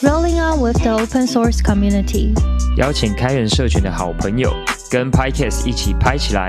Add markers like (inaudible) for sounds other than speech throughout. Falling Out with the Open Source Community。邀请开源社群的好朋友，跟 PyCast 一起拍起来。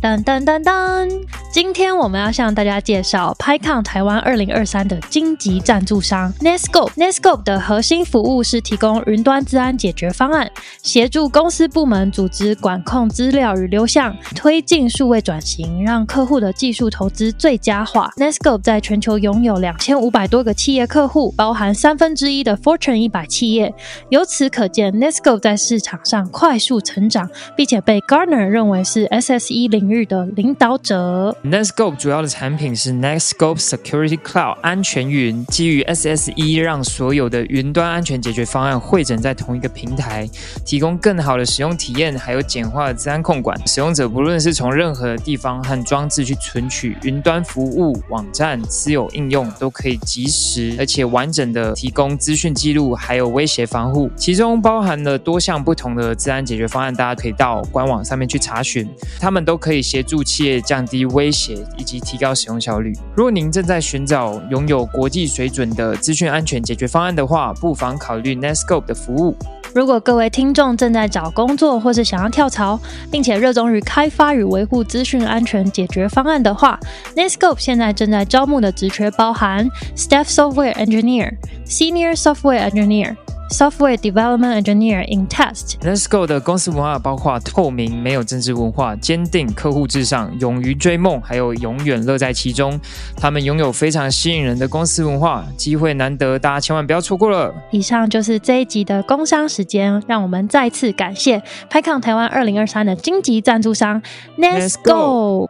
噔噔噔噔！今天我们要向大家介绍 PyCon 台湾二零二三的荆棘赞助商 Netscope。Netscope 的核心服务是提供云端治安解决方案，协助公司部门组织管控资料与流向，推进数位转型，让客户的技术投资最佳化。Netscope 在全球拥有两千五百多个企业客户，包含三分之一的 Fortune 一百企业。由此可见，Netscope 在市场上快速成长，并且被 Gartner 认为是 SSE 领域的领导者。 Netscope 主要的产品是 Netscope Security Cloud 安全云，基于 SSE 让所有的云端安全解决方案汇整在同一个平台，提供更好的使用体验，还有简化的治安控管。使用者不论是从任何地方和装置去存取云端服务、网站、私有应用，都可以及时而且完整的提供资讯记录，还有威胁防护。其中包含了多项不同的治安解决方案，大家可以到官网上面去查询，他们都可以协助企业降低威。威胁以及提高使用效率。如果您正在寻找拥有国际水准的资讯安全解决方案的话，不妨考虑 Netscope 的服务。如果各位听众正在找工作或是想要跳槽，并且热衷于开发与维护资讯安全解决方案的话，Netscope 现在正在招募的职缺包含 Staff Software Engineer、Senior Software Engineer。Software Development Engineer in Test。 Netscope 的公司文化包括透明、没有政治文化、坚定、客户至上、勇于追梦，还有永远乐在其中。他们拥有非常吸引人的公司文化，机会难得，大家千万不要错过了。以上就是这一集的工商时间，让我们再次感谢 PyCon 台湾二零二三的荆棘赞助商 Netscope。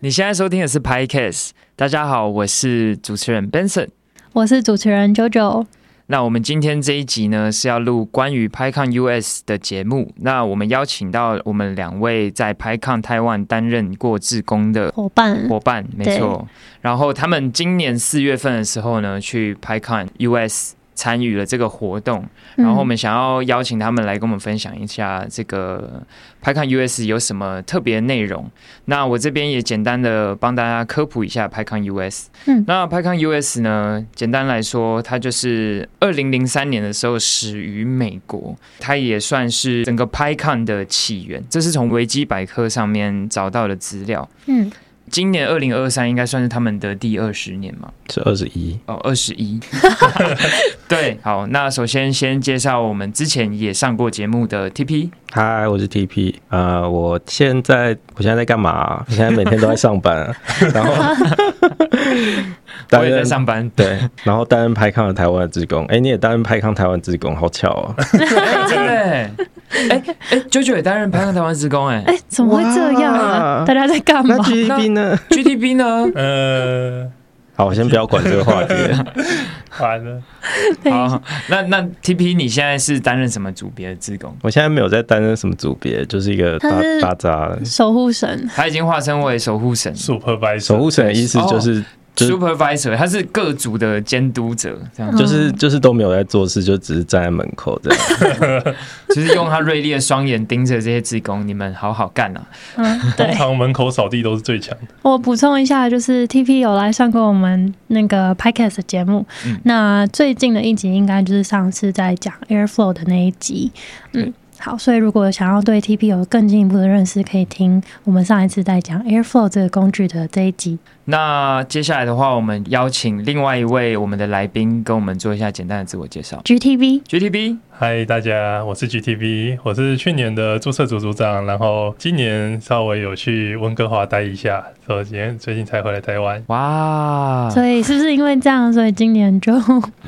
你现在收听的是 PyCast，大家好，我是主持人 Benson，我是主持人 JoJo。那我们今天这一集呢，是要录关于 PyCon US 的节目。那我们邀请到我们两位在 PyCon Taiwan 担任过志工的伙伴，伙伴没错。然后他们今年四月份的时候呢，去 PyCon US 参与了这个活动。嗯然后我们想要邀请他们来跟我们分享一下这个 PyCon US 有什么特别内容。那我这边也简单的帮大家科普一下 PyCon US。嗯，那 PyCon US 呢，简单来说，它就是二零零三年的时候始于美国，它也算是整个 PyCon 的起源。这是从维基百科上面找到的资料。嗯，今年二零二三应该算是他们的第二十年嘛？是二十一，哦，二十 (laughs) 一。 (laughs) 对，好，那首先先介绍我们之前也上过节目的 TP。嗨，我是 TP，呃，我现在我现在在干嘛、我现在每天都在 (laughs) 上班，然后我也在上班，对，然后担任拍抗的台湾职工，哎、你也担任拍抗台湾职工，好巧 (laughs) 哦， (laughs) 真的欸。哎哎，九九也担任拍抗台湾职工哎、哎，怎么会这样啊？哇大家在干嘛那？GDP 呢？ GDP 呢？呃，好，我先不要管这个话 (laughs) 题了，完了，对好，那那 TP 你现在是担任什么组别的职工？我现在没有在担任什么组别，就是一个大他是大杂守护神，他已经化身为守护神，supervisor 哦守护神的意思就是。就是，supervisor，他是各组的监督者，这样嗯就是就是都没有在做事，就只是站在门 (laughs) 口这样。就是用他锐利的双眼盯着这些职工，你们好好干啊！嗯，通 (laughs) 对。常门口扫地都是最强的。我补充一下，就是 TP 有来上过我们那个 Podcast 的节目，嗯那最近的一集应该就是上次在讲 Airflow 的那一集，嗯对。好，所以如果想要对 TP 有更进一步的认识，可以听我们上一次在讲 Airflow 这个工具的这一集。那接下来的话，我们邀请另外一位我们的来宾跟我们做一下简单的自我介绍。 GTV， GTB，嗨，大家，我是 GTV，我是去年的注册组组长，然后今年稍微有去温哥华待一下，所以今天最近才回来台湾。哇，所以是不是因为这样，所以今年就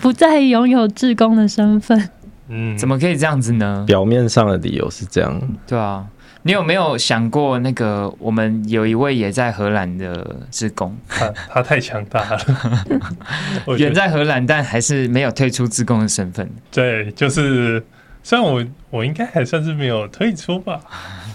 不再拥有志工的身 (laughs) 份？嗯，怎么可以这样子呢？表面上的理由是这 (laughs) 样，对啊，你有没有想过那个我们有一位也在荷兰的职工，他他太强大 (laughs) 了？我觉远得在荷兰，但还是没有退出职工的身份。 (laughs) 对，就是虽然我我应该还算是没有退出吧，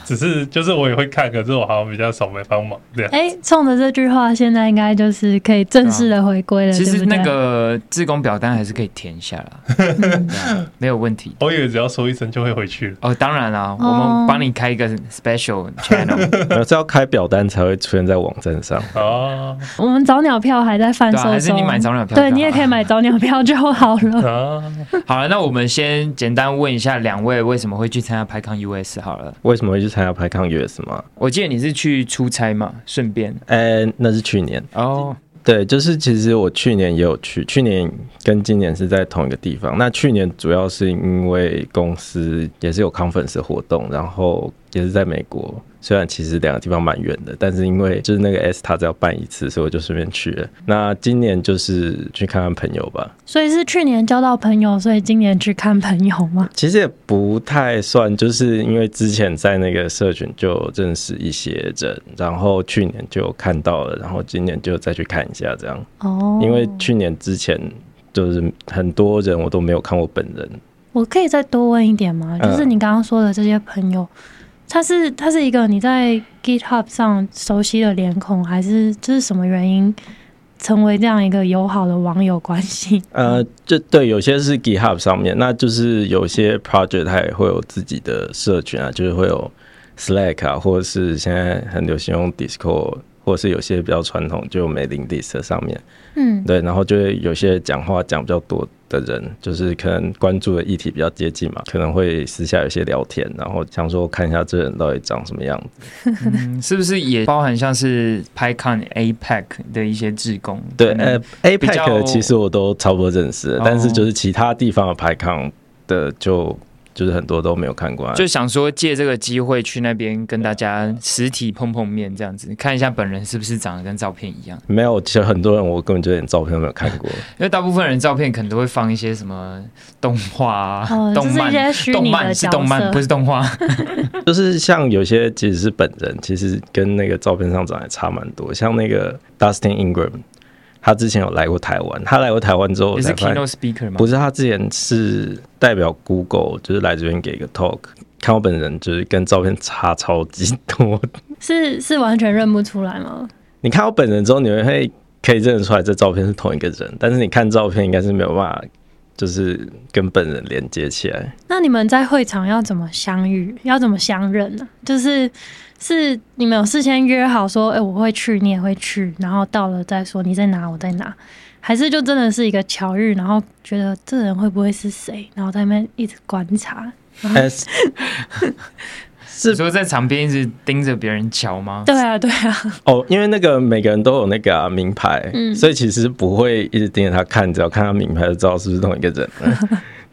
只是就是我也会看，可是我好像比较少没帮忙这样。哎、冲着这句话，现在应该就是可以正式的回归了，其对实不对那个志工表单还是可以填一下 (laughs) 啦，对啊没有问题。我以为只要说一声就会回去了。哦，当然啦、我哦们帮你开一个 special channel，然后呃这要开表单才会出现在网站上。哦我们早鸟票还在贩售对中，啊还是你买早鸟票就好对你也可以买早鸟票就好 (laughs) 了。啊，好了，那我们先简单问一下两位为什么会去参加排抗 US 好了。为什么会去参加排抗 US 吗？我记得你是去出差嘛，顺便哎、那是去年。哦，对，就是其实我去年也有去，去年跟今年是在同一个地方。那去年主要是因为公司也是有 conference 活动，然后也是在美国。虽然其实两个地方蛮远的，但是因为就是那个 S 他只要办一次，所以我就顺便去了。那今年就是去看看朋友吧。所以是去年交到朋友，所以今年去看朋友吗？其实也不太算，就是因为之前在那个社群就认识一些人，然后去年就看到了，然后今年就再去看一下这样。哦，因为去年之前就是很多人我都没有看过本人，我可以再多问一点吗？嗯就是你刚刚说的这些朋友，他是他是一个你在 GitHub 上熟悉的脸孔，还是这是什么原因成为这样一个友好的网友关系？呃，就对，有些是 GitHub 上面，那就是有些 project 它也会有自己的社群啊，就是会有 Slack 啊，或者是现在很流行用 Discord，或者是有些比较传统就有 mailing list 上面，嗯，对，然后就会有些讲话讲比较多的人，就是可能关注的议题比较接近嘛，可能会私下有些聊天，然后想说看一下这人到底长什么样子。嗯，是不是也包含像是 PyCon APEC E 的一些志工？对，可能呃哎比较，APEC 其实我都差不多认识了，哦但是就是其他地方的排抗的就就是很多都没有看过啊。就想说借这个机会去那边跟大家实体碰碰面，这样子看一下本人是不是长得跟照片一样。没有，其实很多人我根本就连照片都没有看 (laughs) 过。因为大部分人照片可能都会放一些什么动画、啊、哦，这动是一漫、些虚动拟的漫是角动漫，不色。是动画。就是像有些其实是本人，其实跟那个照片上长得差蛮多。像那个 Dustin Ingram，他之前有来过台湾，他来过台湾之后我也是才发现 keynote speaker 吗？不是，他之前是代表 Google，就是来这边给一个 talk。看我本人，就是跟照片差超级多。 (laughs) 是是完全认不出来吗？你看我本人之后，你们会可以认得出来这照片是同一个人，但是你看照片应该是没有办法，就是跟本人连接起来。那你们在会场要怎么相遇？要怎么相认呢、就是是你们有事先约好说，哎、我会去，你也会去，然后到了再说你在哪，我在哪，还是就真的是一个巧遇，然后觉得这人会不会是谁，然后在那边一直观察。但是你说在场边一直盯着别人瞧吗？对啊，对啊，哦，因为那个每个人都有那个、啊、名牌，嗯所以其实不会一直盯着他看，只要看他名牌就知道是不是同一个人 (laughs) 了，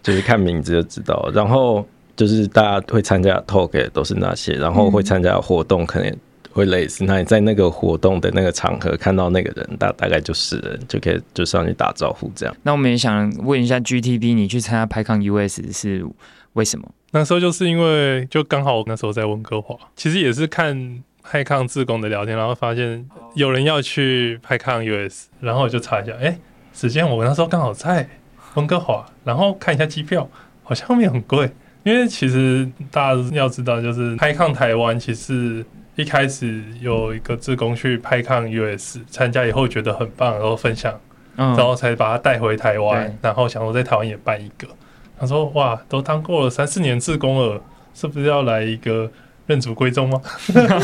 就是看名字就知道。然后就是大家会参加的 talk 也都是那些，然后会参加的活动可能也会类嗯似。那你在那个活动的那个场合看到那个人，大大概就是了就可以就上去打招呼这样。那我们也想问一下 GTB，你去参加 PyCon US 是为什么？那时候就是因为就刚好那时候在温哥华，其实也是看派抗自贡的聊天，然后发现有人要去派抗 US，然后我就查一下，哎、时间我那时候刚好在温哥华，然后看一下机票，好像没有很贵，因为其实大家要知道，就是派抗台湾其实。一开始有一个志工去派抗 US 参加以后觉得很棒，然后分享嗯然后才把他带回台湾对，然后想说在台湾也办一个。他说：“哇，都当过了三四年志工了，是不是要来一个认祖归宗吗？” (laughs)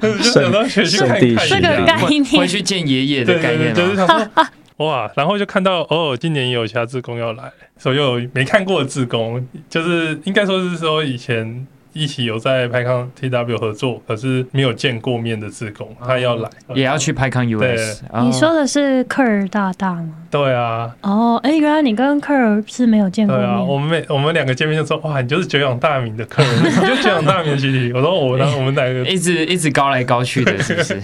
就想到学去看圣地一看一这巡啊下，礼个概念回去见爷爷的对概对念啊对，就吗？是想说哇，然后就看到哦，今年也有其他志工要来，所以又有没看过的志工，就是应该说是说以前一起有在拍康 TW 合作，可是没有见过面的志工，他要来也要去 PyCon 对 US。哦你说的是克尔大大吗？对啊，哦，哎、原来你跟克尔是没有见过对面。啊，我们每我们两个见面就说哇，你就是久仰大名的客人，你就是久仰大名的集体。我说哦我然后我们两个一直一直高来高去的，是不 (laughs) 是？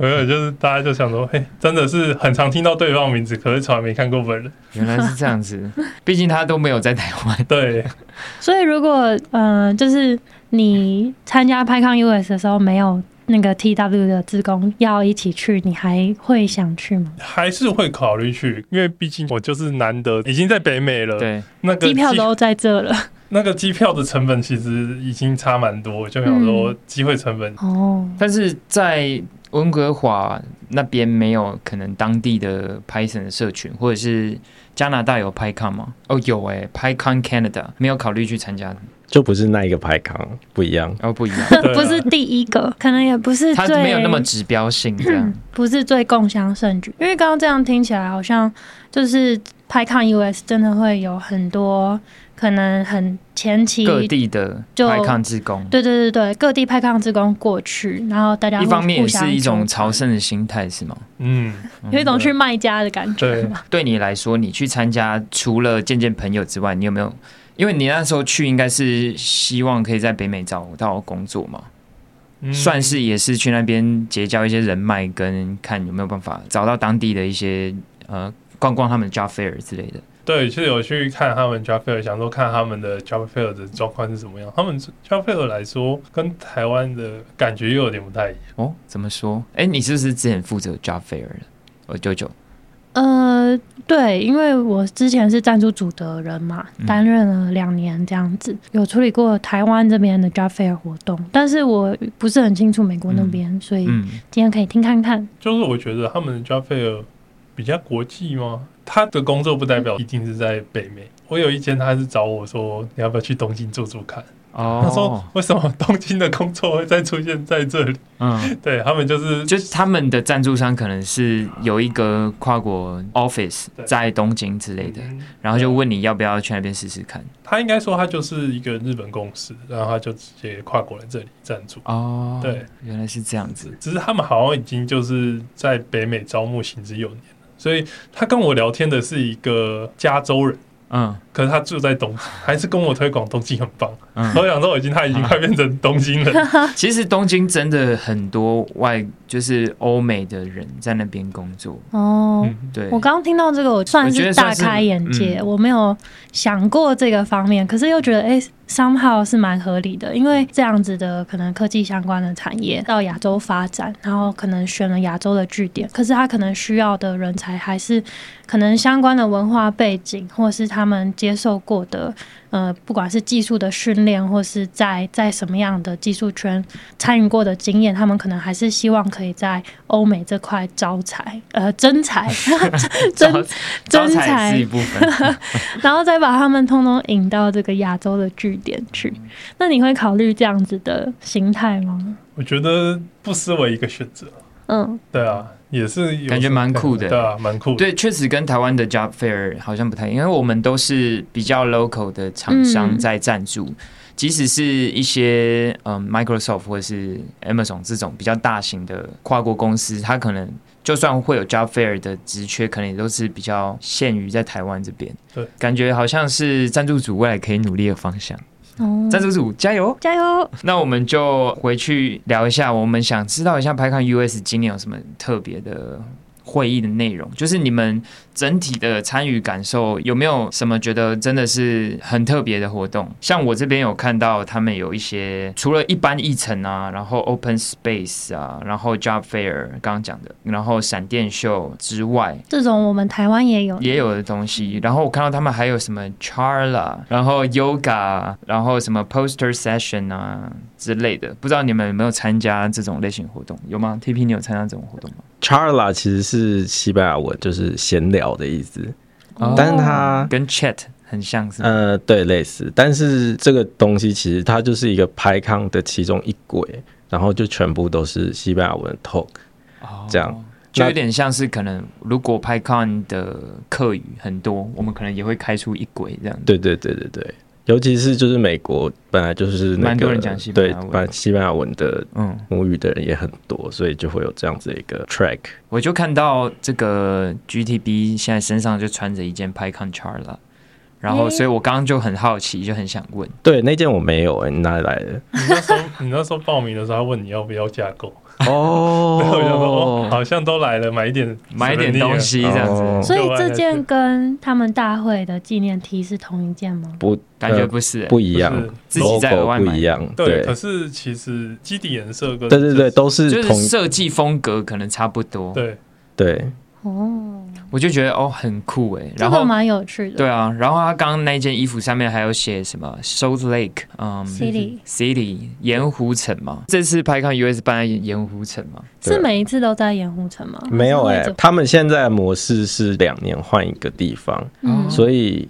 没有，就是大家就想说，嘿，真的是很常听到对方的名字，可是从来没看过本人。原来是这 (laughs) 样子，毕竟他都没有在台湾。对，所以如果呃，就是你参加派康 US 的时候没有那个 TW 的职工要一起去，你还会想去吗？还是会考虑去，因为毕竟我就是难得已经在北美了，对，那个机票都在这了，那个机票的成本其实已经差蛮多，我就想说机会成本哦，但是在温哥华那边没有可能当地的 Python 的社群，或者是加拿大有 PyCon 吗？哦，有诶、p y c o n Canada 没有考虑去参加，就不是那一个排行不一样。哦，不一样，对啊不是第一个，可能也不是它最没有那么指标性这样。不是最共襄盛举，因为刚刚这样听起来好像就是拍抗 US 真的会有很多可能很前期各地的就 PyCon 志工，对对对对各地派抗之工过去，然后大家一方面互也相是一种纠缠朝圣的心态，是吗？嗯，有一种去卖家的感觉对嘛。对你来说，你去参加除了见见朋友之外，你有没有？因为你那时候去应该是希望可以在北美找到工作嘛，嗯算是也是去那边结交一些人脉，跟看有没有办法找到当地的一些呃逛逛他们的 job fair 之类的。对，其实有去看他们 Java Fair，想说看他们的 Java Fair 的状况是怎么样。他们 Java Fair 来说，跟台湾的感觉又有点不太一样。哦，怎么说？哎，你是不是之前负责 job fair 的？哦，九九，呃，对，因为我之前是赞助组的人嘛嗯，担任了两年这样子，有处理过台湾这边的 Job Fair 活动，但是我不是很清楚美国那边，所以嗯，今天可以听看看。就是我觉得他们的 Java Fair 比较国际吗？他的工作不代表一定是在北美。我有一间，他是找我说你要不要去东京做做看。哦，他说为什么东京的工作会再出现在这里？嗯，对他们就是就是他们的赞助商可能是有一个跨国 office 对在东京之类的，嗯然后就问你要不要去那边试试看。他应该说他就是一个日本公司，然后他就直接跨国来这里赞助。哦，对，原来是这样子。只是他们好像已经就是在北美招募行之有年了，所以他跟我聊天的是一个加州人，嗯可是他住在东京，还是跟我推广东京很棒。 (laughs) 然后嗯，我想说，我已经他已经快变成东京人，其实东京真的很多外，就是欧美的人在那边工作。 (laughs) 哦，嗯对，我刚刚听到这个，我算我觉得是算大是开眼界，嗯我没有想过这个方面，可是又觉得哎、s o m e h o w 是蛮合理的，因为这样子的可能科技相关的产业到亚洲发展，然后可能选了亚洲的据点，可是他可能需要的人才还是可能相关的文化背景，或是他们接受过的呃，不管是技术的训练，或是在在什么样的技术圈参与过的经验，他们可能还是希望可以在欧美这块招财，呃，真 (laughs) 财， (laughs) 真招真招财也是才一，部分。然后再把他们通通引到这个亚洲的据点去。那你会考虑这样子的形态吗？我觉得不失为一个选择。嗯，对啊，也是有感觉蛮酷的对啊，蛮酷的。对，确实跟台湾的 job fair 好像不太一样，因为我们都是比较 local 的厂商嗯在赞助。即使是一些嗯 Microsoft 或者是 Amazon 这种比较大型的跨国公司，它可能就算会有 job fair 的职缺，可能也都是比较限于在台湾这边。对，感觉好像是赞助组未来可以努力的方向。哦，赞助组加油！加油！ (laughs) 那我们就回去聊一下，我们想知道一下 PyCon US 今年有什么特别的会议的内容，就是你们整体的参与感受有没有什么觉得真的是很特别的活动？像我这边有看到他们有一些除了一般议程啊，然后 Open Space 啊，然后 Job Fair 刚刚讲的，然后闪电秀之外，这种我们台湾也有，也有的东西。然后我看到他们还有什么 Charla，然后 Yoga，然后什么 Poster Session 啊之类的。不知道你们有没有参加这种类型活动？有吗？TP，你有参加这种活动吗？ Charla 其实是西班牙文，就是闲聊的意思，哦但是它跟 Chat 很像是吗？呃，对，类似，但是这个东西其实它就是一个拍康的其中一轨，然后就全部都是西班牙文的 talk，哦这样。就那有点像是可能，如果 PyCon 的课语很多，我们可能也会开出一轨这样。对对对对对，尤其是就是美国本来就是、那个、蛮多人讲西班牙文对，把西班牙文的嗯，母语的人也很多，所以就会有这样子的一个 track。我就看到这个 GTB 现在身上就穿着一件 PyCon Charla，然后，诶所以我刚刚就很好奇，就很想问，对，那件我没有、欸，你哪里来的？你那时候你那时候报名的时候，他问你要不要架构， (laughs) 哦然后我就说哦，好像都来了，买一点啊买点东，西这样子，哦所以这件跟他们大会的纪念 T 是同一件吗？不，感觉呃不是、欸不一样不是自己在额外，logo 买不一样。对，对可是其实基底颜色跟对对对，都是就同是设计风格可能差不多。对对，哦，我就觉得哦很酷诶。这然个后蛮有趣的。对啊，然后他刚刚那件衣服上面还有写什么 Salt Lake，嗯 City ，City 盐湖城嘛。这次拍抗 US 办在盐湖城 (laughs) 嘛，对是每一次都在盐湖城吗？没有还哎、是会走他们现在的模式是两年换一个地方，嗯，哦所以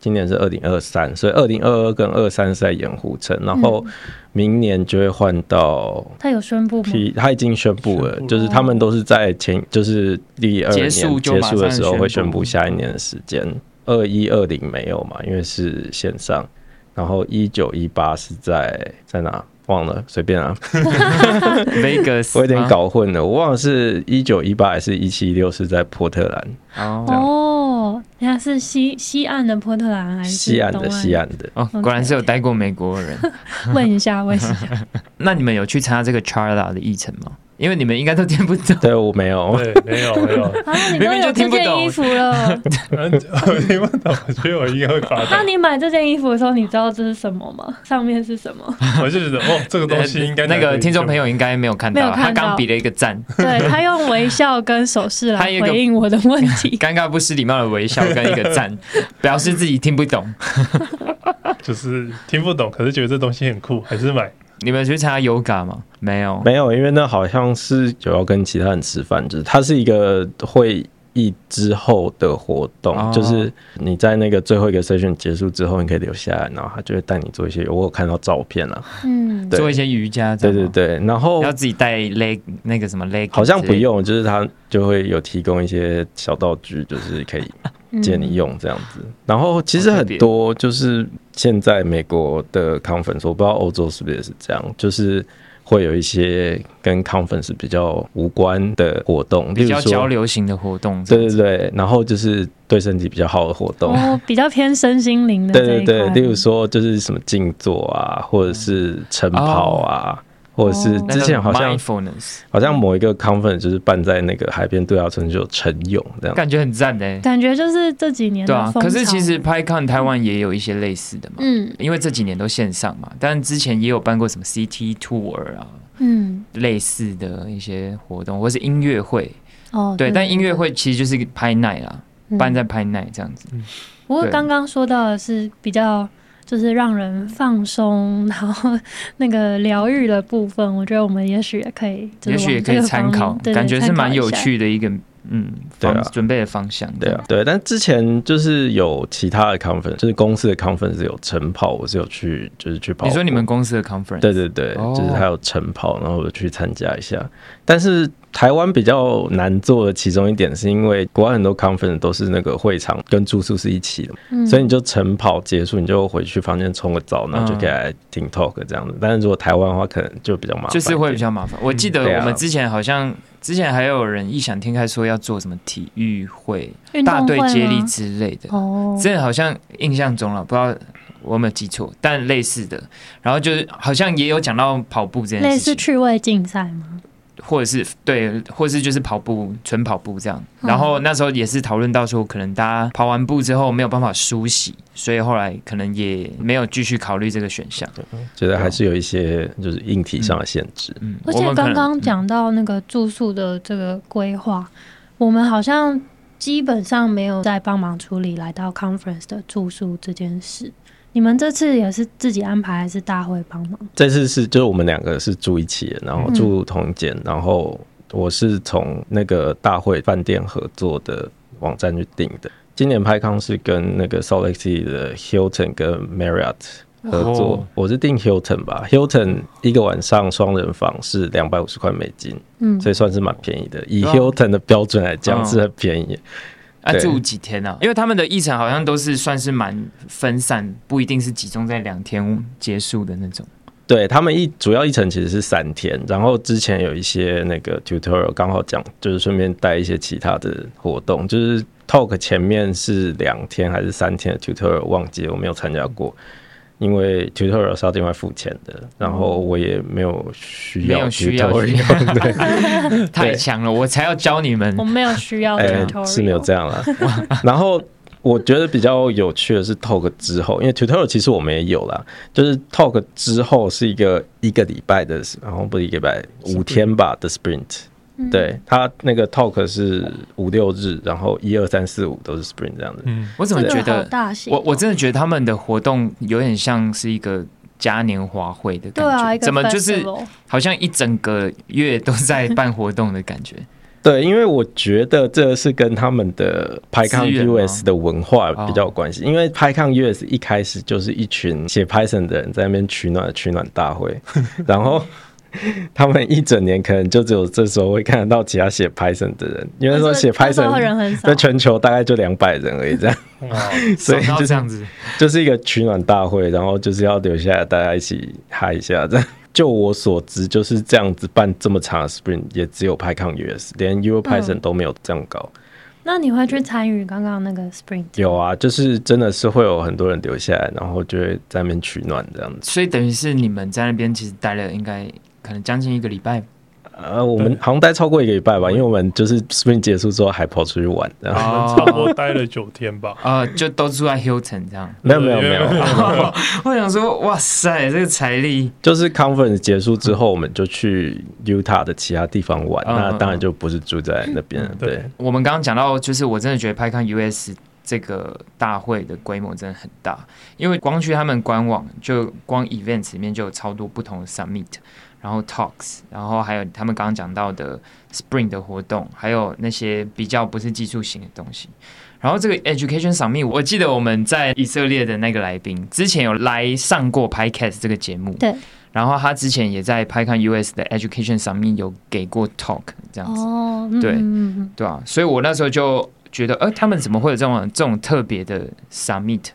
今年是二零二三，所以二零二二跟二三是在盐湖城，然后嗯明年就会换到他有宣布吗？ P，他已经宣布了宣布，了就是他们都是在前，就是第二年结束就结马上束的时候会宣宣布布下一年的时间。二一二零没有嘛，因为是线上，然后一九一八是在在哪？忘了，随便啊， Vegas，我有点吗搞混了，我忘了是一九一八还是一七一六是在波特兰。哦哦，那是西西岸的波特兰还是西岸东的西？岸的，哦，果然是有待过美 (laughs) 国的人。问一下， (laughs) 问一下。那你们有去参加这个 Charla 的议程吗？因为你们应该都听不懂。对我没有，对，没有没 (laughs) 有，啊，你明都明有这就听不懂件衣服了，嗯我听不懂，我觉得我应该会发抖。那你买这件衣服的时候，你知道这是什么吗？上面是什 (laughs) 么？我就觉得哦，这个 (laughs) 东西应该那个听众朋友应该没有看没到，啊有看他到刚比了一个赞，对他用微笑跟手势来他有一个回应我的问 (laughs) (laughs) 题。尴尬不失礼貌的微笑跟一个赞，表示自己听不懂。就是听不懂，可是觉得这东西很酷，还是买。你们有去参加 Yoga 吗？没有，没有，因为那好像是有要跟其他人吃饭，就是它是一个会议之后的活动，哦就是你在那个最后一个 session 结束之后，你可以留下来，然后他就会带你做一些，我有看到照片啊，嗯，对做一些瑜伽这对样对哦吗。对，然后要自己带 leg 那个什么 leg，好像不。用，就是他就会有提供一些小道具，就是可以嗯借你用这样子。然后其实很多就是现在美国的 conference，我不知道欧洲是不是也是这样，就是会有一些跟 conference 比较无关的活动，比例如较交说，流型的活动，对对对，然后就是对身体比较好的活动。哦，比较偏身心灵的这对对一对，块例如说就是什么静坐啊，或者是晨跑啊，或者是哦那之个前好像嗯 mindfulness 好像某一个 conference 就是办在那个海边度假村，就有晨泳这样。感觉很赞的，欸感觉就是这几年的对啊。风可是其潮实 PyCon 台湾也有一些类似的嘛，嗯因为这几年都线上嘛，但之前也有办过什么 CT tour 啊，嗯类似的一些活动，或是音乐会。哦，对，但音乐会其实就是一个拍 night 啦，嗯办在拍 night 这样子。不过对刚刚说到的是比较就是让人放松，然后那个疗愈的部分，我觉得我们也许也可以，就是也许也往这可以个参方考面，对感觉是蛮有。对参考一下趣的一个嗯，对啊方准备的方向。对啊，，对，但之前就是有其他的 conference，就是公司的 conference 有晨跑，我是有去，就是去跑。你说你们？公司的 conference，对对对，哦就是还有晨跑，然后我去参加一下。但是台湾比较难做的其中一点，是因为国外很多 conference 都是那个会场跟住宿是一起的，嗯所以你就晨跑结束，你就回去房间冲个澡，然嗯后就可以来听 talk 这样子。但是如果台湾的话，可能就比较麻烦一就点，是会比较麻烦。我记得对啊我们之前好像之前还有人异想天开说要做什么体育会、运动大队会接力吗之类的，哦，这好像印象中了，不知道。我有没有记错，但类似的，然后就是好像也有讲到跑步这件事情，类似趣味竞赛吗？或者是对，或是就是跑步，纯跑步这样。嗯然后那时候也是讨论到说，可能大家跑完步之后没有办法梳洗，所以后来可能也没有继续考虑这个选项。觉啊得还是有一些就是硬体上的限制。嗯，而我且们可刚能刚嗯讲到那个住宿的这个规划，我们好像基本上没有在帮忙处理来到 conference 的住宿这件事。你们这次也是自己安排，还是大会帮忙？这次是就是我们两个是住一起的，然后住同一间，然后我是从那个大会饭店合作的网站去订的。今年拍康是跟那个 Salt Lake City 的 Hilton 跟 Marriott 合作，哦我是订 Hilton 吧，Hilton 一个晚上双人房是两百五十块美金，嗯，所以算是蛮便宜的。以对啊 Hilton 的标准来讲嗯是很便宜，啊对住几天啊？因为他们的议程好像都是算是蛮分散，不一定是集中在两天结束的那种。对他们一主要一程其实是三天，然后之前有一些那个 tutorial 刚好讲，就是顺便带一些其他的活动，就是 talk 前面是两天还是三天的 tutorial 忘记了我没有参加过，因为 tutorial 是要另外付钱的，然后我也没有需没要有需要 tutorial，对，太强了，我才要教你们嗯我。们没有需要哎 tutorial，是没有这样啦。 (laughs) 然后我觉得比较有趣的是 Talk 之后，因为 tutorial 其实我们也有啦，就是 Talk 之后是一个一个礼拜的，然后不是一个礼拜五天吧的 sprint，嗯，对他那个 talk 是五六日，然后一二三四五都是 spring 这样子。嗯，我怎么真的觉好得，大型哦，我我真的觉得他们的活动有点像是一个嘉年华会的感对觉，啊，一个怎么就是 festival 好像一整个月都在办活动的 (laughs) 感觉？对，因为我觉得这是跟他们的 Python 资源吗哦 US 的文化比较有关系。因为 Python US 一开始就是一群写 Python 的人在那边取暖取暖 (laughs) 大会，然后他们一整年可能就只有这时候会看得到其他写 Python 的人，因为那时候写那时候人 Python 很少在，全球大概就两百人而已，这样嗯啊所以爽到就是这样子，就是一个取暖大会，然后就是要留下来大家一起嗨一下这样。 (laughs) 就我所知，就是这样子办这么长的 Spring，也只有 Python US，连 Euro Python 都没有这样搞。那你会去参与刚刚那个 spring？有啊，就是真的是会有很多人留下来，然后就会在那边取暖这样子。所以等于是你们在那边其实待了应该可能将近一个礼拜呃，我们好像待超过一个礼拜吧，因为我们就是 spring 结束之后还跑出去玩，然啊后、哦差不多待了九天吧。呃，就都住在 Hilton 这样。 (laughs) 没有没有没有， (laughs) (laughs) 我想说，哇塞，这个财力就是 conference 结束之后，我们就去 Utah 的其他地方玩，嗯那当然就不是住在那边了，对对。我们刚刚讲到，就是我真的觉得 p y c o n US 这个大会的规模真的很大，因为光去他们官网，就光 events 里面就有超多不同的 summit，然后 talks，然后还有他们刚刚讲到的 spring 的活动，还有那些比较不是技术型的东西。然后这个 Education Summit，我记得我们在以色列的那个来宾之前有来上过 Podcast 这个节目，对，然后他之前也在 PyCon US 的 Education Summit 有给过 talk 这样子。哦，嗯对嗯嗯嗯对啊，所以我那时候就觉得，呃，他们怎么会有这种这种特别的 summit？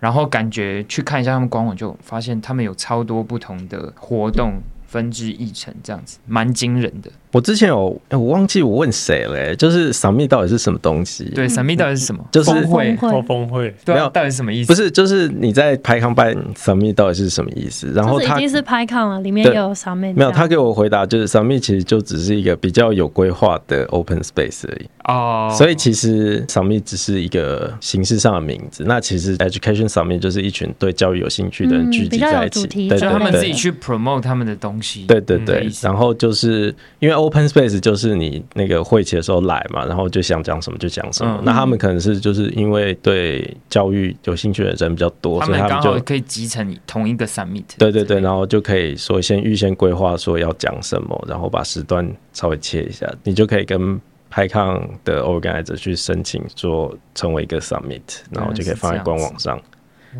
然后感觉去看一下他们官网，就发现他们有超多不同的活动分支议程，这样子蛮惊人的。我之前有，哎我忘记我问谁了、哎就是 summit 到底是什么东西？对，summit 到底是什么？嗯就是峰会峰会高峰会，对没啊，有到底是什么意思？不是，就是你在 Python 办 summit 到底是什么意思？然就后是他已经是 PyCon 了，里面对也有 Summit，没有，这样他给我回答就是 Summit 其实就只是一个比较有规划的 open space 而已，哦，所以其实 Summit 只是一个形式上的名字。那其实 Education Summit 就是一群对教育有兴趣的嗯人聚集比较有在一起，主题对就他们对自己对。去 promote 他们的东西。对对嗯对意，思然后就是因为 open space 就是你那个会期的时候来嘛，然后就想讲什么就讲什么嗯。那他们可能是就是因为对教育有兴趣的人比较多，他所以们他刚们好就可以集成同一个 summit。对对对，然后就可以说先预先规划说要讲什么，然后把时段稍微切一下，你就可以跟拍抗的 organizer 去申请说成为一个 summit，然后嗯就可以放在官网上。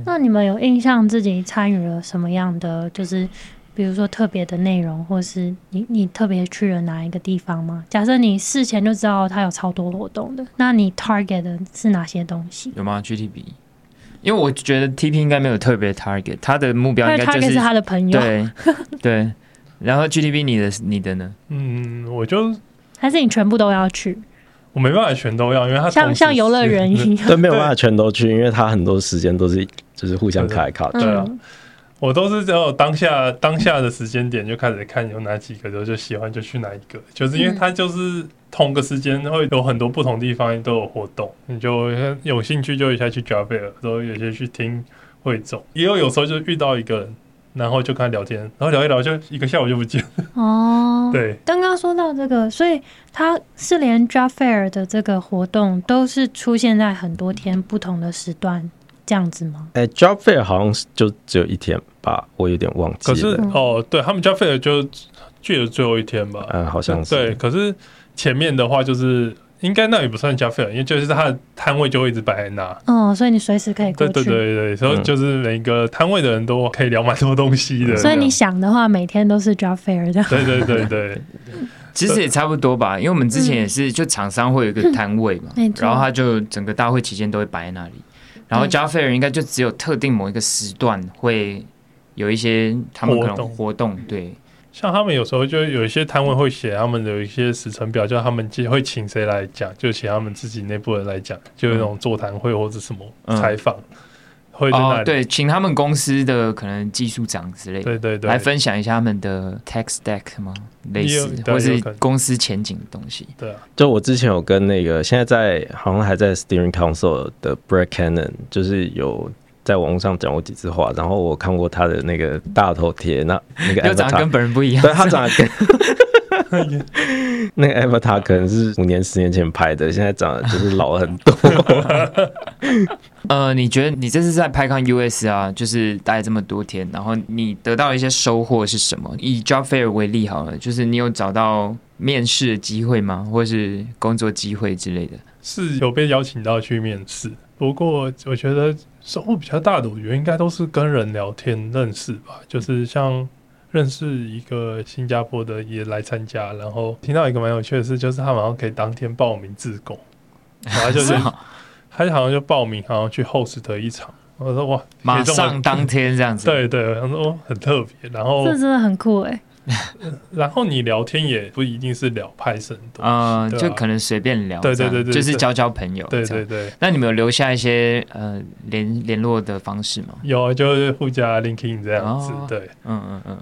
那你们有印象自己参与了什么样的，就是比如说特别的内容，或是你你特别去了哪一个地方吗？假设你事前就知道它有超多活动的，那你 target 的是哪些东西？有吗？GTB？因为我觉得 TP 应该没有特别 target，他的目标他啊应的该就 target 是他的朋友， (laughs) 对对，然后 GTB 你的你的呢？嗯，我就还是你全部都要去，我没办法全都要，因为它像同时像游乐园一样？对，没有办法全都去，因为他很多时间都是就是互相卡来卡去。 (laughs) 对啊嗯，我都是只有当下当下的时间点就开始看有哪几个，然后就喜欢就去哪一个，就是因为它就是同个时间会有很多不同地方都有活动，你就有兴趣就一下去 Java，然后有些去听汇总，也有有时候就遇到一个人，然后就跟他聊天，然后聊一聊就一个下午就不见了，哦，对，刚刚说到这个，所以它是连 Job Fair 的这个活动都是出现在很多天不同的时段这样子吗？哎、j o b fair 好像是就只有一天吧，我有点忘可记了。是嗯哦，对他们 Java 就聚了最后一天吧，嗯，好像是对，可是前面的话就是应该那也不算加费了，因为就是他的摊位就会一直摆在那。嗯，所以你随时可以过对去。对对对，所以嗯就是每个摊位的人都可以聊蛮多东西的。所以这你样想的话，每天都是 Job Fair 的。对对对对，其呃实也差不多吧，因为我们之前嗯也是，就厂商会有一个摊位嘛没，错然后他就整个大会期间都会摆在那里，然后对加菲尔应该就只有特定某一个时段会有一些他们可活能动活动，对，像他们有时候就有一些摊位会写他们的有一些时程表，就他们会请谁来讲，就请他们自己内部人来讲，就有那种座谈会或者什么嗯采访，会在哦那里。对，请他们公司的可能技术长之类的对对对，来分享一下他们的 tech stack 吗？类也有似对或是有可能公司前景的东西，对啊，就我之前有跟那个现在在好像还在 Steering Council 的 Brad Cannon，就是有在网络上讲过几次话，然后我看过他的那个大头贴，那那个又长得 avatar，跟本人不一样对，他长得跟那个 Avatar 可能是五年、十年前拍的，现在长得就是老了很 (laughs) 多。呃，你觉得你这次在拍抗 US 啊，就是待这么多天，然后你得到了一些收获是什么？以 Job Fair 为例好了，就是你有找到面试的机会吗？或是工作机会之类的？是有被邀请到去面试，不过我觉得收获比较大的，我觉得应该都是跟人聊天认识吧，就是像。认识一个新加坡的也来参加，然后听到一个蛮有趣的事，就是他好像可以当天报名自 (laughs) 贡，然后就是 (laughs) 他好像就报名，好像去 host 一场。我说哇，马上当天这样 (laughs) 子。对对，他说哦很特别。然后这真的很酷哎、然后你聊天也不一定是聊派生的， (laughs) 呃，对啊就可能随便聊这对样，对对对就是对交交朋友。对这对样。对，那你们有留下一些呃联联络的方式吗？有啊就是互加 linking 这样子，哦对，嗯嗯嗯，嗯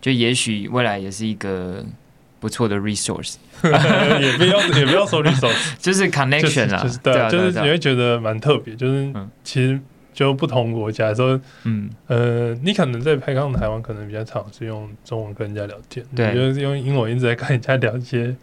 就也许未来也是一个不错的 resource， (laughs) 也不 (laughs) 要也不要收 resource，就是 connection 啦，就是就是对啊，啊，就是对你啊对啊会觉得蛮特别，就是嗯其实就不同国家说，嗯，呃，你可能在拍港台湾可能比较常是用中文跟人家聊天，你对就是用英文一直在跟人家聊一些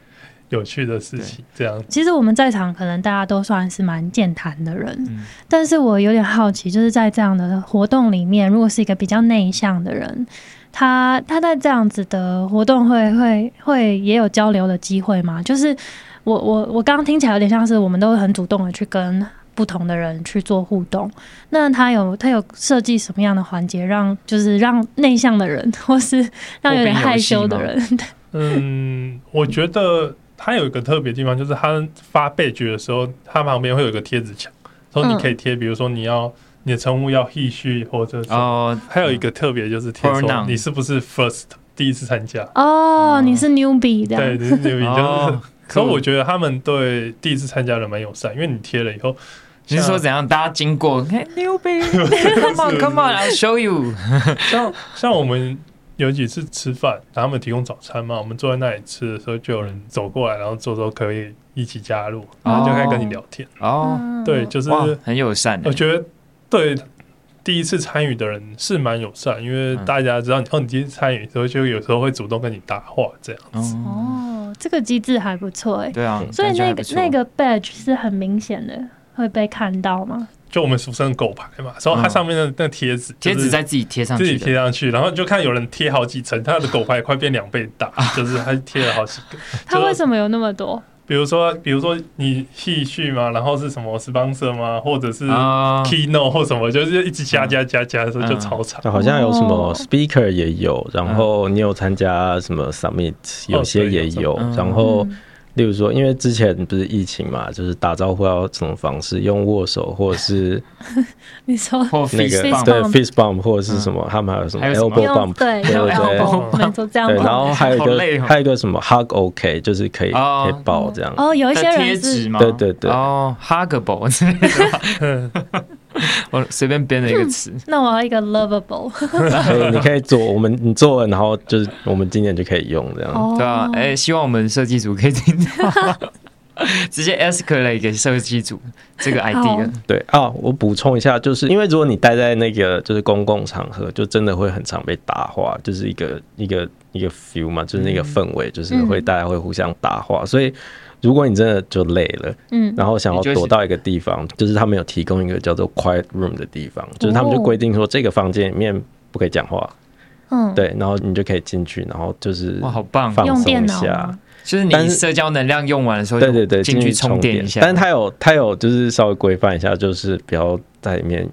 有趣的事情，这样其实我们在场可能大家都算是蛮健谈的人，嗯但是我有点好奇，就是在这样的活动里面，如果是一个比较内向的人，他他在这样子的活动会会会也有交流的机会吗？就是我我我刚刚听起来有点像是我们都很主动的去跟不同的人去做互动，那他有他有设计什么样的环节让就是让内向的人或是让有点害羞的人，嗯，我觉得它有一个特别地方，就是它发备决的时候，它旁边会有一个贴纸墙，然嗯后你可以贴，比如说你要你的称呼要 he she 或者是，哦，还有一个特别就是贴 Pronoun 说你是不是 first 第一次参加， (laughs) 哦，你是 newbie 的，嗯对，你是 new 就是 (laughs) 哦。所以我 cool 觉得他们对第一次参加的蛮友善，因为你贴了以 (laughs) 后，你是说怎样？大家经过， (laughs) 看牛逼，Come on，Come on，I'll show you。像像我们有几次吃饭，他们提供早餐嘛，我们坐在那里吃的时候，就有人走过来，然后坐说可以一起加入，然后就开始跟你聊天。哦，嗯对，就是哦哇，很友善欸我，觉得对第一次参与的人是蛮友善，因为嗯大家知道你哦，你第一次参与的时候，就有时候会主动跟你搭话这样子。嗯，哦，这个机制还不错哎、对啊，所以感觉那还个不错那个 badge 是很明显的会被看到吗？就我们俗称狗牌嘛，然后它嗯上面的那贴纸，贴就是纸在自己贴上自己去贴的，上去，然后你就看有人贴好几层，他的狗牌快变两倍 (laughs) 大，就是他贴了好几个。它就为什么有那么多？比如说，比如说你戏序嘛，然后是什么 sponsor 吗，或者是啊嗯 keynote 或什么，就是一直加加加加的时候就超长。好像有什么哦 speaker 也有，然后你有参加什么 summit，有些也有，哦对然后。嗯例如说，因为之前不是疫情嘛，就是打招呼要什么方式，用握手或者是你说或那个 fist bump 对 bump fist bump 或者是什么，他们还有什么嗯还有什么 elbow 用 bump，对对用对对 elbow，没错，这样对，子。然后还有一好累个哦还有一个什么 hug OK，就是可以哦可以抱这样，哦，有一些的贴人纸是吗？对对对哦，huggable 之类的吧， (laughs) 我随便编了一个词，那我要一个 lovable 所以你可以做我们你做完，然后就是我们今年就可以用这样。哦，对啊，哎，希望我们设计组可以听到，直接 escalate 给设计组这个 idea，对啊，我补充一下，就是因为如果你待在那个就是公共场合，就真的会很常被搭话，就是一个一个一个 feel 嘛，就是那嗯个氛围，就是会大家会互相搭话，所以。如果你真的就累了，嗯，然后想要你就会躲到一个地方，就是他们有提供一个叫做 quiet room 的地方，就是他们就哦规定说这个房间里面不可以讲话，嗯，，对，然后你就可以进去，然后就是哇，好棒哦！放用松电一脑下吗，就是但你是社交能量用完的时候，对对对，进去充充电一下。但他有他有就是稍微规范一下，就是不要在里面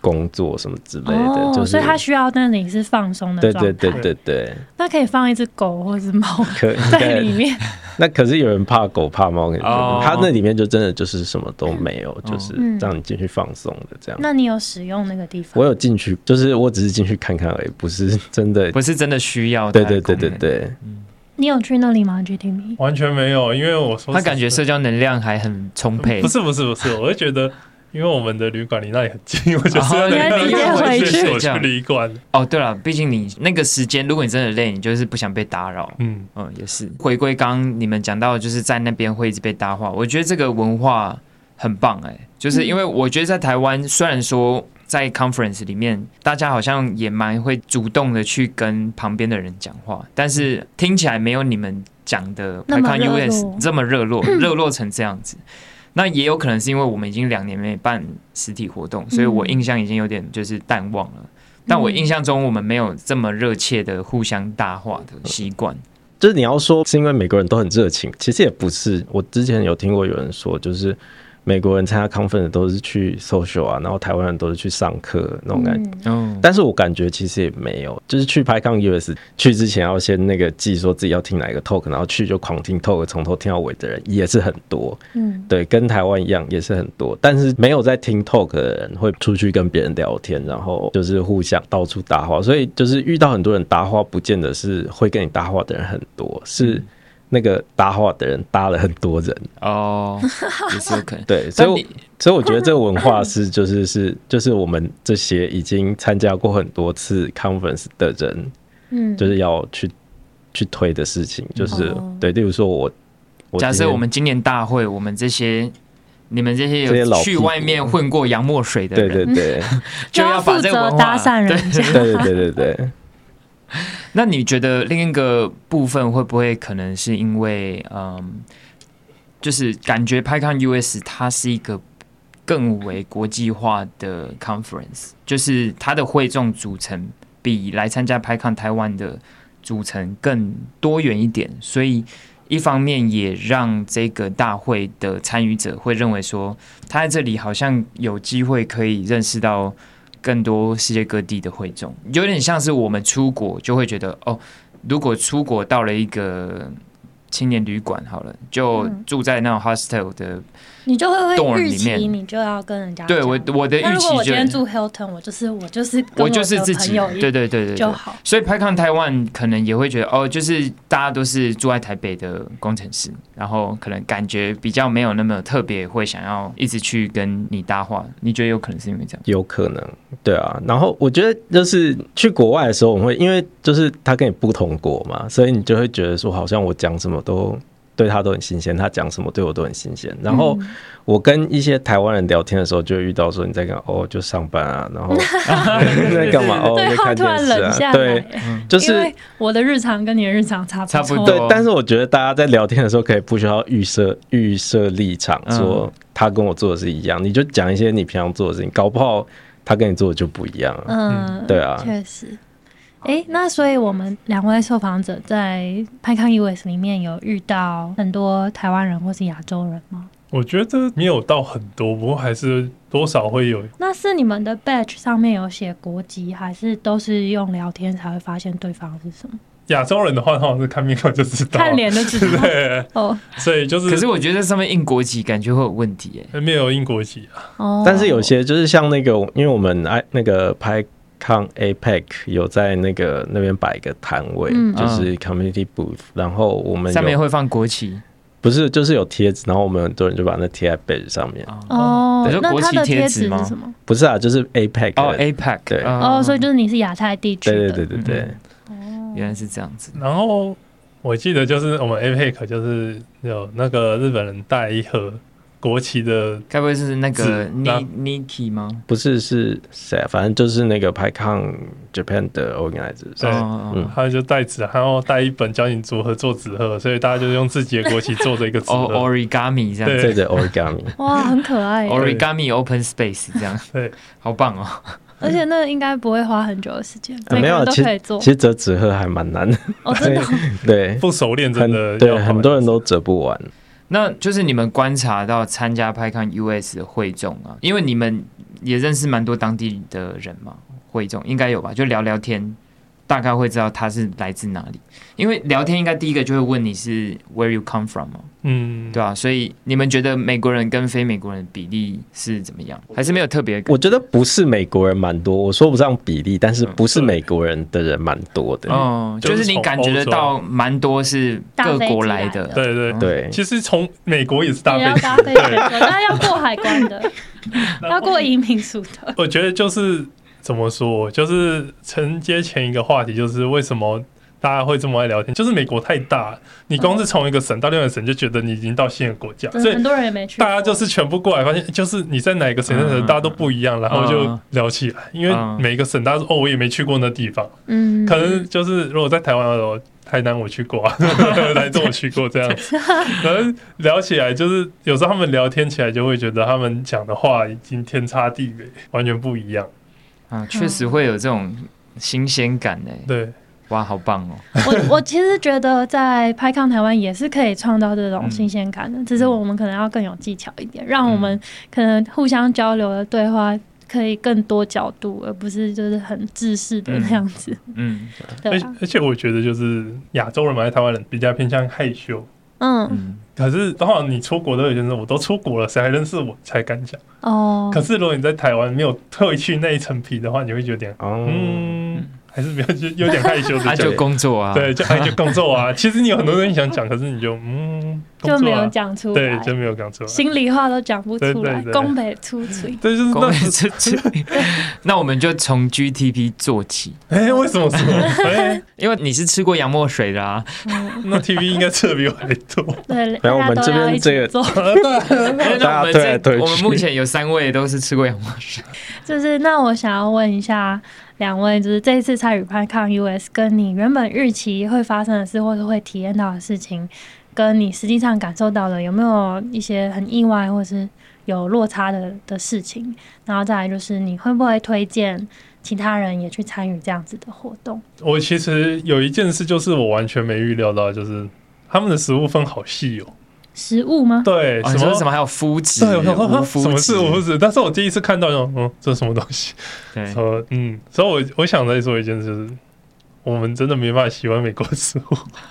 工作什么之类的，哦，就是所以他需要那里是放松的对状态对，对对 (laughs) 对，那可以放一只狗或者 (laughs) 是猫可在里对面，那可是有人怕狗怕猫，可能哦他那里面就真的就是什么都没有，就是嗯让你进去放松的这样。那你有使用那个地方？我有进去，就是我只是进去看看而已，不是真的。不是真的需要它对的功对能。对对对，你有去那里吗？GTV？完全没有，因为我说他感觉社交能量还很充沛。不是不是不是，我就觉得。因为我们的旅馆离那里很近，我就哦是在那你里直接回去我去旅馆。哦，对了，毕竟你那个时间，如果你真的累，你就是不想被打扰。嗯，嗯，也是。回归刚刚你们讲到，就是在那边会一直被搭欸嗯话，我觉得这个文化很棒哎、就是因为我觉得在台湾，虽然说。在 conference 里面，大家好像也蛮会主动的去跟旁边的人讲话，但是听起来没有你们讲的那么 PyCon 热 US 络这么 (laughs) 热络，热络成这样子。那也有可能是因为我们已经两年没办实体活动，嗯所以我印象已经有点就是淡忘了。但我印象中，我们没有这么热切的互相搭话的习惯。就是你要说是因为美国人都很热情，其实也不是。我之前有听过有人说，就是美国人参加 conference 都是去 social 啊，然后台湾人都是去上课那种感觉。嗯嗯，但是我感觉其实也没有，就是去拍 con US 去之前要先那个记说自己要听哪一个 talk，然后去就狂听 talk，从头听到尾的人也是很多，嗯，对，跟台湾一样也是很多。但是没有在听 talk 的人会出去跟别人聊天，然后就是互相到处搭话，所以就是遇到很多人搭话，不见得是会跟你搭话的人很多，是那个搭话的人搭了很多人，哦，也是有可 (laughs) 能。对，所以但我你所以我觉得这个文化是就是是 (coughs) 就是我们这些已经参加过很多次 conference 的人，嗯，就是要去去推的事情，就是、哦对，例如说我，我假今设天我们今年大会，我们这些你们这些这些有老屁去股外面混过洋墨水的对人，对 (laughs) 对就要要负把这个责文化搭讪人家，对对对对对，那你觉得另一个部分会不会可能是因为，嗯，就是感觉 PyCon US 它是一个更为国际化的 conference，就是它的会众组成比来参加 PyCon 台湾的组成更多元一点，所以一方面也让这个大会的参与者会认为说，他在这里好像有机会可以认识到更多世界各地的会众，有点像是我们出国就会觉得哦，如果出国到了一个青年旅馆好了，就嗯住在那种 hostel 的，你就会动会人预里期面你就要跟人家对讲我我的那预如期果我今天就住 Hilton，我就是我就是跟我就是的自朋己，友一对对对对就对。好，所以 PyCon 台湾可能也会觉得哦，就是大家都是住在台北的工程师，然后可能感觉比较没有那么特别，会想要一直去跟你搭话。你觉得有可能是因为这样？有可能，对啊。然后我觉得就是去国外的时候，我们会因为就是他跟你不同国嘛，所以你就会觉得说，好像我讲什么都对他都很新鲜，他讲什么对我都很新鲜。然嗯后我跟一些台湾人聊天的时候，就会遇到说你在干嘛哦，就上班啊，然 (laughs) 后你在干嘛哦，对在话看突电然视冷下啊，来，对，就因是为我的日常跟你的日常差差不多，多对，但是我觉得大家在聊天的时候，可以不需要预设预设立场，嗯说他跟我做的是一样，你就讲一些你平常做的事情，搞不好他跟你做的就不一样啊。嗯，对啊确实。诶，那所以我们两位受访者在派康 US 里面有遇到很多台湾人或是亚洲人吗？我觉得没有到很多，不过还是多少会有。那是你们的 badge 上面有写国籍，还是都是用聊天才会发现对方是什么？亚洲人的话，通常是看面孔就知啊道，看脸就知 (laughs) 道对，哦所以就是可是我觉得上面印国籍感觉会有问题耶。没有英国籍啊，哦。但是有些就是像那个，因为我们哎那个拍。抗 APEC E 有在那个那边摆一个摊位，嗯就是 community booth，然后我们有上面会放国旗不是就是有贴纸，然后我们很多人就把那贴在背子上面。啊，哦你，说那国它旗的贴贴纸纸吗是什么？不是啊，就是 APEC 哦的，APEC，对嗯哦，所以就是你是亚太地区的，对哦对对对对，原来是这样子，然后我记得就是我们 APEC 就是有那个日本人带一盒国旗的，该不会是那个是 Ni 那 Niki 吗？不是是谁啊，反正就是那个拍抗 Japan 的 organizer，对哦哦嗯他就带纸，然后带一本教你如何做纸鹤，所以大家就用自己的国旗做着一个纸 (laughs) 哦鹤。 ，Origami 这样对子这个 origami。哇，很可 (laughs) 爱哦耶， ，Origami Open Space 这样，对， (laughs) 好棒哦。而且那应该不会花很久的时间，啊 (laughs) 每没个有人啊，都其可以实做其。实折纸鹤还蛮难的，哦，真的哦， (laughs) 对， (laughs) 不熟练真很的要对，换很多人都折不完。那就是你们观察到参加 PyCon US 的会众啊，因为你们也认识蛮多当地的人嘛，会众应该有吧？就聊聊天，大概会知道他是来自哪里。因为聊天应该第一个就会问你是 Where you come from 嘛，嗯，对啊，所以你们觉得美国人跟非美国人的比例是怎么样？还是没有特别？我觉得不是美国人蛮多，我说不上比例，但是嗯不是美国人的人蛮多的。哦，就就是是你从感觉得欧洲到蛮多是各国来的，大飞机对来的对。对，其实从美国也是搭也要飞机搭飞机来做，但要过海关的，要过移民署的。我觉得就是怎么说，就是承接前一个话题，就是为什么大家会这么爱聊天，就是美国太大，你光是从一个省到另外一个省就觉得你已经到新的国家，真所的以很多人也没去过。大家就是全部过来，发现就是你在哪一个省，嗯那个省大家都不一样，然后就聊起来。因嗯为每一个省，大家说哦，我也没去过那地方，嗯，可能就是如果在台湾的时候，台南我去过啊， (laughs) 台中我去过这样子，然后聊起来就是有时候他们聊天起来就会觉得他们讲的话已经天差地别，完全不一样。啊，确实会有这种新鲜感哎、啊对，哇，好棒哦！我我其实觉得在拍抗台湾也是可以创造这种嗯新鲜感的，只是我们可能要更有技巧一点，让我们可能互相交流的对话可以更多角度，而不是就是很自私的那样子，嗯而对啊且吧？而且我觉得就是亚洲人嘛，在台湾人比较偏向害羞。(laughs) 嗯，嗯，可是，的话，你出国都有些人说，我都出国了，谁还认识我才敢讲？哦，可是，如果你在台湾没有褪去那一层皮的话，你会觉得有点哦，嗯，还是比较就有点害 (laughs) 羞他、的就就工作啊，对，就哎就工作啊。其实你有很多东西想讲，可是你就嗯，工作就啊没有讲出对来，，就没有讲出来。心里话都讲不出来，对对对宫北出 (laughs) 嘴。对，就是 (laughs) 工那作自己。 (laughs) 那我们就从 GTP 做起，哎，为什么说哎，因为你是吃过洋墨水的啊，嗯，那 TV 应该吃的比我还多？ (laughs) (laughs) 对，大然后家我们都这边要一起这 (laughs) 个做，啊那我们推来这推去我们目前有三位都是吃过洋墨水，就是那我想要问一下两位，就是这一次参与拍抗 US，跟你原本预期会发生的事，或是会体验到的事情，跟你实际上感受到的，有没有一些很意外或是有落差的的事情？然后再来就是你会不会推荐其他人也去参与这样子的活动？我其实有一件事，就是我完全没预料到，就是他们的食物分好细哦。食物吗？对，哦、什你说么什么还有肤质，对，我想说无啊肤什么质是无是，但是我第一次看到那种，嗯，这是什么东西？对，说嗯，所以我我想再说一件事，就是我们真的没办法喜欢美国食物。 (laughs)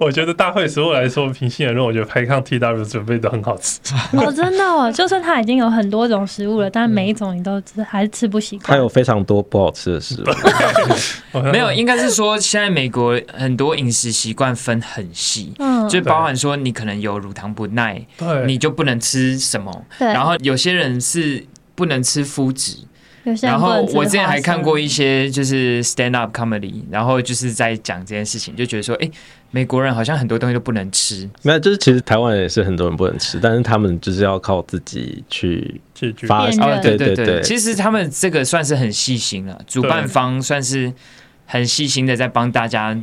我觉得大会食物来说，平心而论，我觉得排抗 TW 准备的很好吃。 (laughs) 哦，真的哦，就算它已经有很多种食物了，但每一种你都吃还是吃不习它惯。有非常多不好吃的 (laughs) 食物， (laughs) 没有，应该是说现在美国很多饮食习惯分很细。嗯，就包含说你可能有乳糖不耐，对，你就不能吃什么。对然后有些人是不能吃麸质，有些人然不后能吃我之前花还看生过一些就是 stand up comedy，然后就是在讲这件事情，就觉得说，哎、美国人好像很多东西都不能吃，没有，就是其实台湾人也是很多人不能吃，但是他们就是要靠自己去解决 (laughs) 发辨认对哦对对，其实他们这个算是很细心了，主办方算是很细心的在帮大家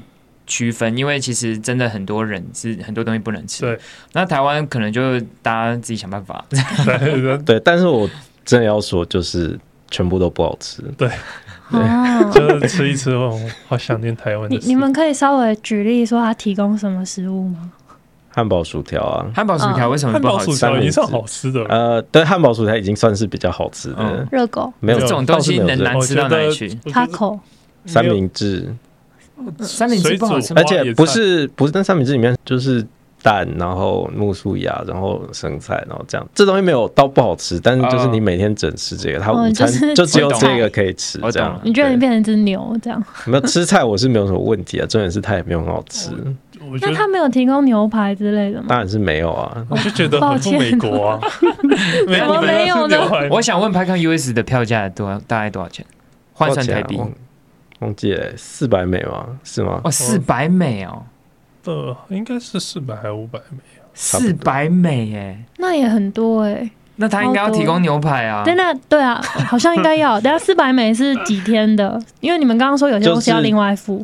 区分，因为其实真的很多人是很多东西不能吃。对，那台湾可能就大家自己想办 (laughs) 法。对对，但是我真的要说，就是全部都不好吃。哦 (laughs) 就是吃一吃，哦，好想念台湾你的食物。你们可以稍微举例说它提供什么食物吗？汉堡、薯条啊，汉堡薯条为什么汉不堡好薯吃？条已经算好吃啊的了，呃，对，汉堡、薯条已经算是比较好吃的嗯，热狗、没有这种东西倒是没能有这个难吃到哪里去？我觉得嗯 taco，三明治，三明治不好吃水吗而煮？且不是不是那三明治里面就是蛋，然后木薯芽，然后生菜，然后这样，这东西没有到不好吃，但是啊就是你每天整吃这个，它哦午就餐是就只有我懂这个可以吃我懂这样了。你觉得你对变成一只牛这样？没有吃菜我是没有什么问题啊，重点是它也没有很好吃，哦我觉那得他没有提供牛排之类的吗？当然是没有啊。我就觉得很不美国 (laughs) 啊，美怎么没有呢我想问拍看 US 的票价多大概多少钱？换算台币忘记了啊忘忘记了四百美吗？是吗？哦，四百美哦，的呃应该是四百还是五百美？差不多四百美哎，那也很多哎、那他应该要提供牛排啊。对，那对啊，好像应该 (laughs) 要。等下四百美是几天的？因为你们刚刚说有些东西要另外付。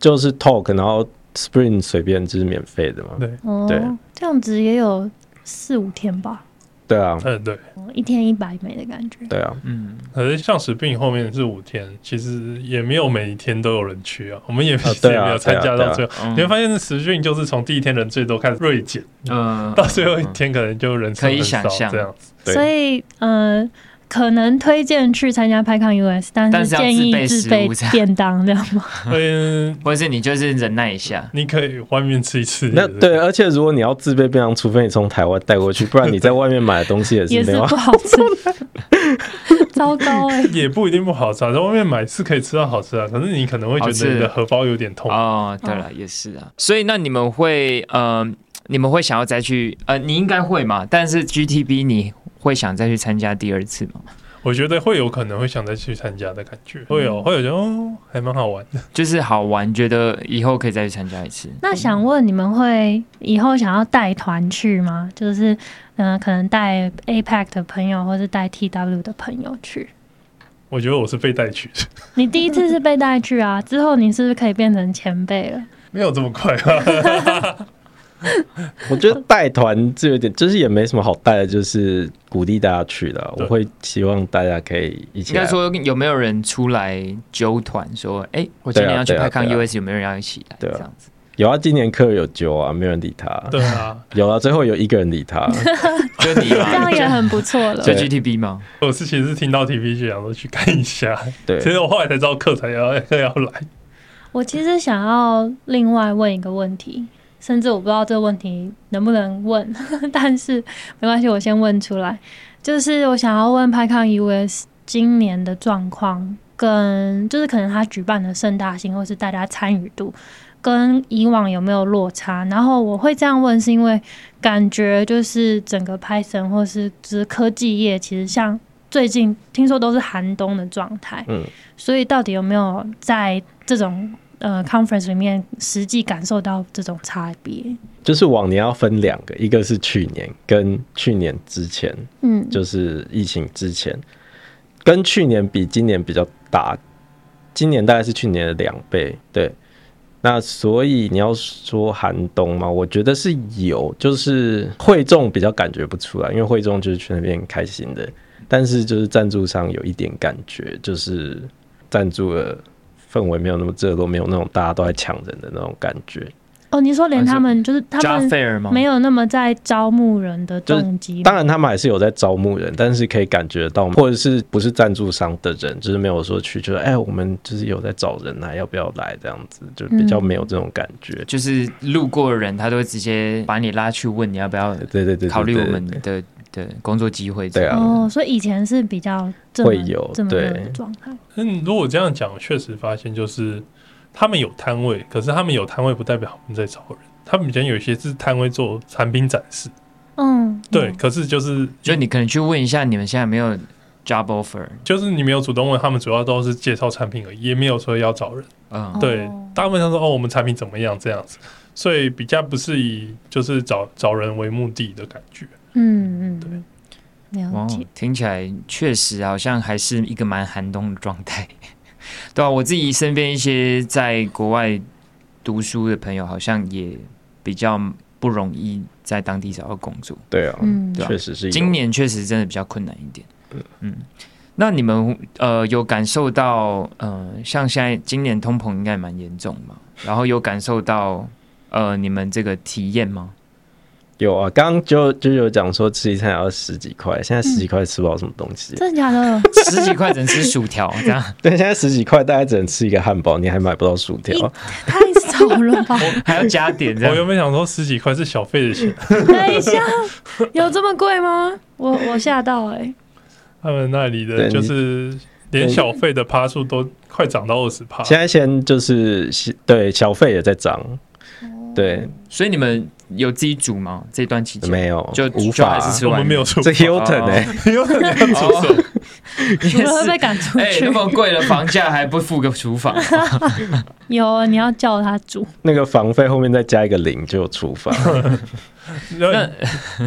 就是 Talk，然后 Spring 随便就是免费的嘛。对对哦，这样子也有四五天吧，对啊，嗯，对。哦一天一百美的感觉。对啊，嗯，可是像史病后面是五天，其实也没有每一天都有人去啊，我们也啊其实对也啊没有参加对啊到最后。嗯你会发现，时训就是从第一天人最多开始锐减，嗯到最后一天可能就人少可以很少想象这样子。对所以呃，可能推荐去参加 PyCon US，但但是是要建自议备自食备物这样啊便当 (laughs) 这样吗？嗯，或者是你就是忍耐一下。你可以外面吃一吃。那对，，啊而且如果你要自备便当，除非你从台湾带过去，不然你在外面买的东西也也是是没有啊。不好吃， (laughs) 糟糕哎、也不一定不好吃啊，在外面买是可以吃到好吃啊，可是你可能会觉好得吃你的荷包有点痛。哦，对了，也是啊。所以那你们会，呃，你们会想要再去，呃，你应该会嘛？但是 GTB 你会想再去参加第二次吗？我觉得会有可能会想再去参加的感觉，会有会有觉得哦，还蛮好玩的。就是好玩，觉得以后可以再去参加一次。那想问你们会以后想要带团去吗？就是嗯、呃可能带 APEC 的朋友，或是带 TW 的朋友去。我觉得我是被带去的，你第一次是被带去啊，之后你是不是可以变成前辈了？ (laughs) 没有这么快啊。 (laughs) 我觉得带团这有点，就是也没什么好带的，就是鼓励大家去的。啊对我会希望大家可以一应起来该说有没有人出来揪团说，哎、我今对年啊要去对啊拍康对啊 US，有没有人要一起来？对啊这样子。有啊，今年课有揪啊，没有人理他。 (laughs) 对啊，有啊，最后有一个人理他。啊就你这样也嘛，很不错了 (laughs) 就。对 GTB 吗？我是其实是听到 TV 去想说去看一下，对其，实我后来才知道课才要 (laughs) 要来。我其实想要另外问一个问题，甚至我不知道这个问题能不能问， (laughs) 但是没关系，我先问出来。就是我想要问 PyCon US 今年的状况，跟就是可能它举办的盛大性，或是大家参与度，跟以往有没有落差？然后我会这样问，是因为感觉就是整个 Python 或是就是科技业，其实像最近听说都是寒冬的状态，嗯，所以到底有没有在这种呃 conference 里面实际感受到这种差别？就是往年要分两个，一个是去年跟去年之前，嗯，就是疫情之前，跟去年比，今年比较大，今年大概是去年的两倍。对，那所以你要说寒冬嘛，我觉得是有，就是会众比较感觉不出来，因为会众就是去那边开心的，但是就是赞助商有一点感觉，就是赞助的氛围没有那么热络，没有那种大家都在抢人的那种感觉。哦，你说连他们就是他加们菲尔吗？没有那么在招募人的动机，当然，他们还是有在招募人，但是可以感觉到，或者是不是赞助商的人，就是没有说去，就是哎，我们就是有在找人啊来，要不要来这样子，就比较没有这种感觉。就是路过的人，他都会直接把你拉去问你要不要对对对对，考虑我对们的的工作机会。对啊哦，所以以前是比较这么会有这么对热的状态。嗯，如果这样讲，我确实发现就是他们有摊位，可是他们有摊位不代表我们在招人。他们以前有些是摊位做产品展示，嗯，对，嗯可是就是就你可能去问一下，你们现在有没有 job offer？就是你没有主动问他们，主要都是介绍产品而已，也没有说要找人。嗯，哦对，大部分都说哦，我们产品怎么样这样子，所以比较不是以就是找找人为目的的感觉。嗯嗯，嗯，哇了解。，听起来确实好像还是一个蛮寒冬的状态。 (laughs) 对啊，我自己身边一些在国外读书的朋友，好像也比较不容易在当地找到工作。对啊，嗯，对啊确实是有今年确实真的比较困难一点。嗯，那你们呃有感受到呃，像现在今年通膨应该蛮严重嘛，然后有感受到呃你们这个体验吗？有啊。刚刚就就有讲说吃一餐要十几块，现在十几块吃不到什么东西。真的假的？十几块只能吃薯条这样，对，现在十几块大概只能吃一个汉堡，你还买不到薯条。太少了吧？ (laughs) 还要加点这我样。哦原本想说十几块是小费的钱，等一下，有这么贵吗？我我吓到哎、他们那里的对就是连小费的趴数都快涨到二十趴。现在先就是对小费也在涨，对，所以你们有自己煮吗？这段期间 (laughs) 没有就无就还，法是吃我完们没有出，这 Hilton 哎、有可能要出手。也你们会是被赶出哎、去那？么贵的房价还不付个厨房？ (laughs) 有啊，你要叫他煮。那个房费后面再加一个零就有厨 (laughs) 房。那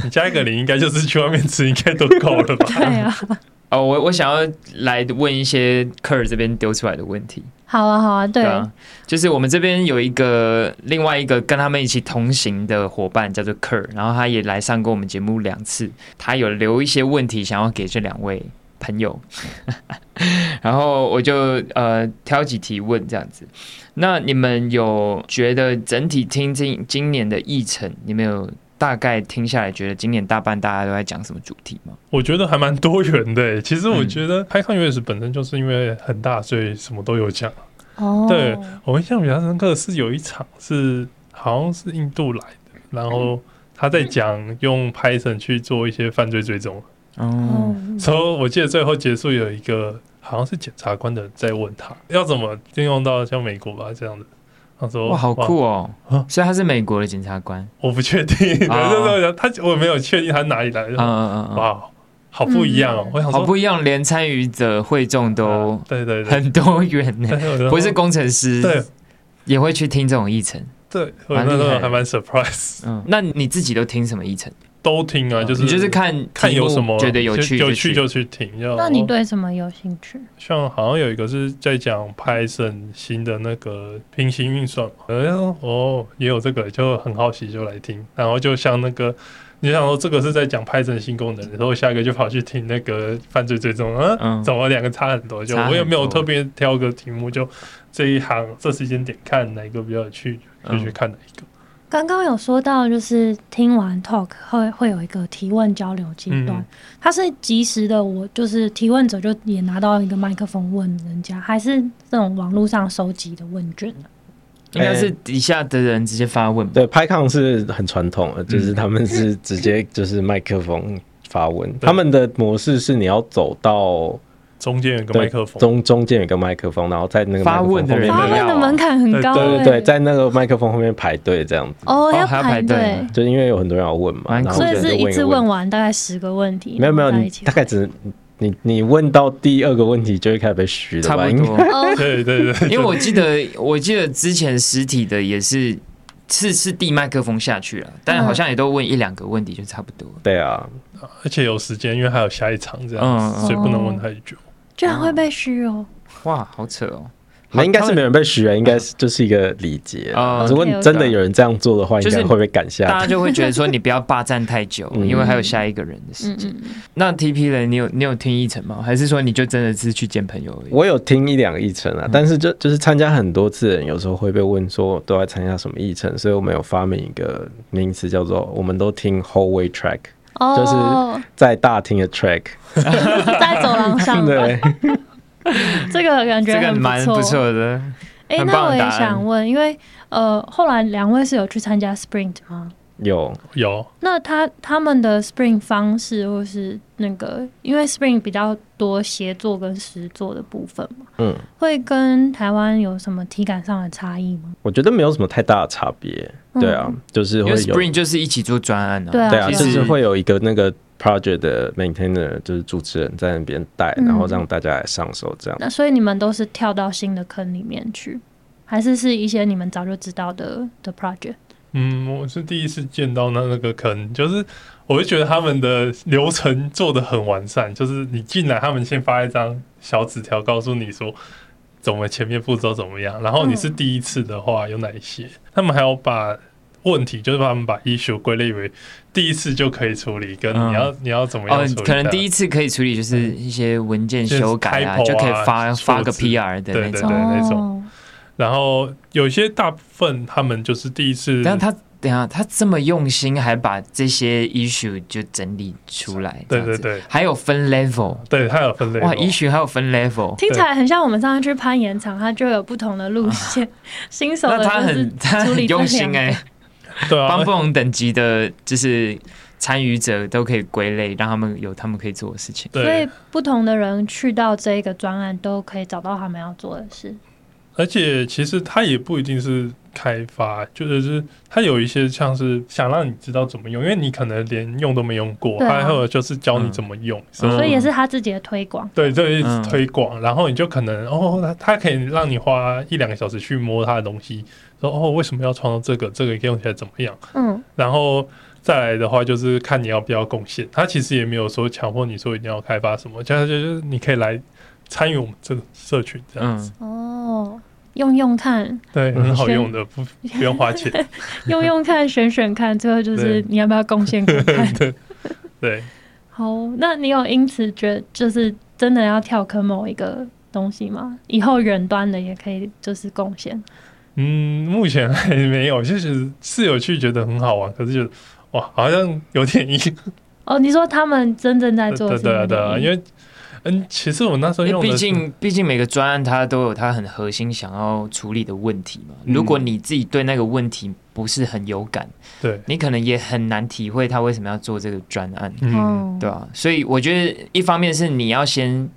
你加一个零，应该就是去外面吃，应该都够了吧？ (laughs) 对啊，哦，我我想要来问一些客人这边丢出来的问题。好啊，好啊，对，啊，就是我们这边有一个另外一个跟他们一起同行的伙伴叫做 Kerr，然后他也来上过我们节目两次，他有留一些问题想要给这两位朋友， (laughs) 然后我就呃挑几题问这样子。那你们有觉得整体听今今年的议程，你们有大概听下来觉得今年大半大家都在讲什么主题吗？我觉得还蛮多元的欸。其实我觉得拍抗 US 本身就是因为很大，所以什么都有讲。哦，对我印象比较深刻的是有一场是好像是印度来的，然后他嗯在讲用 Python 去做一些犯罪追踪。哦嗯哦，，所以我记得最后结束有一个好像是检察官的在问他要怎么应用到像美国吧这样的。他说：“哇，好酷哦啊！所以他是美国的检察官，我不确定， (laughs) 啊反正他我没有确定他哪里来的。嗯嗯嗯嗯，哇，好不一样哦。我想嗯好说，不一样，连参与者会众都啊对对对，很多元 (laughs) 呢、但是我觉得不是工程师，对也会去听这种议程。对，我蛮那时厉害候的还蛮 surprise，嗯，那你自己都听什么议程？都听啊，就是你就是看看有什么题目觉得有趣有去趣就去听。要哦那你对什么有兴趣？像好像有一个是在讲 Python 新的那个平行运算嘛，哎呦哦，也有这个，就很好奇就来听，然后就像那个。你就想说这个是在讲 Python 新功能，然后下一个就跑去听那个犯罪追踪啊，嗯怎么两个差很多？就差很我也没有多特别挑个题目，就这一行 (laughs) 这时间点看哪一个比较有趣，就去嗯看哪一个。刚刚有说到，就是听完 talk 会会有一个提问交流阶段，嗯它是及时的我，就是提问者就也拿到一个麦克风问人家，还是这种网络上收集的问卷啊应该哎是底下的人直接发问吧。对，PyCon 是很传统的，就是他们是直接就是麦克风发问，嗯他们的模式是你要走到中间有个对麦克风，中中间有个麦克风，然后在那个麦克发问风的后面人发问要的门槛很高、欸，对对对，在那个麦克风后面排队这样子，哦哦要还要排排队队，就因为有很多人要问嘛，蛮然后酷所的以就是一一个次问问个完大概十个问题，没有没有，然后在你一起大概只你你问到第二个问题就会开始被虚了差吧？不应多， (laughs) (laughs) 哦，对对对，因为我记得，我记得之前实体的也是是是递麦克风下去了，但好像也都问一两个问题就差不多了。对啊，而且有时间，因为还有下一场这样嗯子，嗯所以不能问太久。居然会被虚哦，哇，好扯哦！那应该他是们嗯没有人被许啊愿，应该是就是一个礼节啊哦。如果你 OK，OK 真的有人这样做的话，就应是该会被赶下大台。家就会觉得说你不要霸占太久， (laughs) 嗯因为还有下一个人的嗯时间。嗯，嗯那 TP 人，你有你有听一程吗？还是说你就真的是去见朋友而已？我有听一两个议程嗯啊，但是就就是参加很多次的人，有时候会被问说都在参加什么议程，所以我们有发明一个名词叫做“我们都听 hallway track”，哦，在大厅的 track。在走廊嗯上，哦 (laughs) (laughs) 对，这个感觉这个很蛮不错的，哎、很那棒我的也答案想问，因为呃，后来两位是有去参加 Sprint 吗？有有那他他们的 Spring 方式，或是那个，因为 Spring 比较多协作跟实作的部分嘛，嗯，会跟台湾有什么体感上的差异吗？嗯我觉得没有什么太大的差别。对啊，就是因会为有 Spring 就是一起做专案啊。对啊对啊，嗯其就实是会有一个那个 project 的 maintainer，就是主持人在那边带，然后嗯让大家来上手这样。那所以你们都是跳到新的坑里面去，还是是一些你们早就知道的的 project？嗯，我是第一次见到那那个坑，就是我会觉得他们的流程做的很完善，就是你进来，他们先发一张小纸条告诉你说怎么前面步骤怎么样，然后你是第一次的话有哪一些，他们还要把问题， (laughs) 就是把他们把 issue 归类为第一次就可以处理，跟嗯你要、你要怎么哦样处理，，可能第一一次可以处理就是一些文件就是修改啊， typo 啊就可以发数字发个 PR 的那对种。那种哦然后有一些大部分他们就是第一次，但他等一下他这么用心，还把这些 issue 就整理出来。对这样子对对还有分 level。对他有分类哇哦，issue 还有分 level。听起来很像我们上次去攀岩场，它就有不同的路线，新手的啊那他就是很他处很理这用两心个哎、对啊，帮不同等级的，就是参与者都可以归类，让他们有他们可以做的事情。对所以不同的人去到这个专案，都可以找到他们要做的事。而且其实它也不一定是开发，就是是它有一些像是想让你知道怎么用，因为你可能连用都没用过，对啊嗯还有就是教你怎么用，所以所以也是他自己的推广。对，这一嗯直推广，然后你就可能哦，它它可以让你花一两个小时去摸它的东西，说哦，为什么要创造这个？这个用起来怎么样？嗯，然后再来的话，就是看你要不要贡献。他其实也没有说强迫你说一定要开发什么，就是就是你可以来参与我们这个社群这样子，嗯，哦，用用看， (laughs) 对，很好选用的，不不用花钱。用用看，选选看，最后就是对你要不要贡献给 (laughs) 我看？对，好，那你有因此觉就是真的要跳坑某一个东西吗？以后远端的也可以就是贡献。嗯，目前还没有，就是是有去觉得很好玩，可是就哇，好像有点硬。哦，你说他们真正 (laughs) 在对做的对事情对有点对啊，因为嗯，其实我那时候因用为的毕是，竟毕竟每个专案它都有它很核心想要处理的问题嘛。嗯如果你自己对那个问题不是很有感，对，你可能也很难体会他为什么要做这个专案，嗯，哦，对吧、所以我觉得一方面是你要先。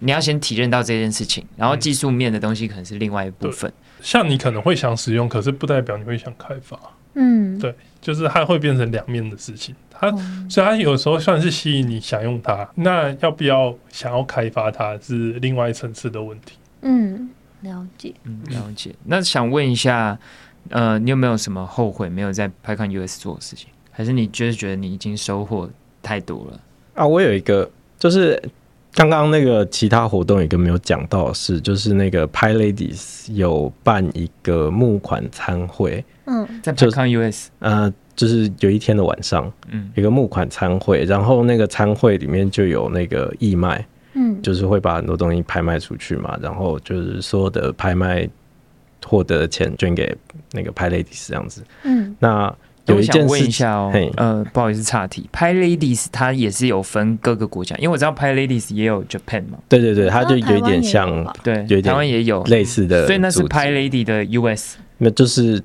你要先体认到这件事情，然嗯后技术面的东西可能是另外一部分。像你可能会想使用，可是不代表你会想开发。嗯，对，啊就是它会变成两面的事情。它哦所以它有时候算是吸引你想用它，那要不要想要开发它是另外层次的问题。嗯，了解。嗯，了解。那想问一下，呃，你有没有什么后悔没有在 PyCon US 做的事情？还是你就是觉得你已经收获太多了？啊，我有一个，就是刚刚那个其他活动有一个没有讲到的是，就是那个 Pi Ladies 有办一个募款餐会，嗯在就 PyCon US，呃，就是有一天的晚上嗯，有一个募款餐会，然后那个餐会里面就有那个义卖，嗯，就是会把很多东西拍卖出去嘛，然后就是所有的拍卖获得的钱捐给那个 Pi Ladies 这样子。嗯那我有一件想问事一下哦嘿，呃，不好意思岔题，Pi Ladies 它也是有分各个国家，因为我知道 Pi Ladies 也有 Japan 嘛，对对对，啊它就我知道有台一湾也点像吧对有一，点啊台湾也有，类似的组织，所以那是 Pi Lady 的 US，那就是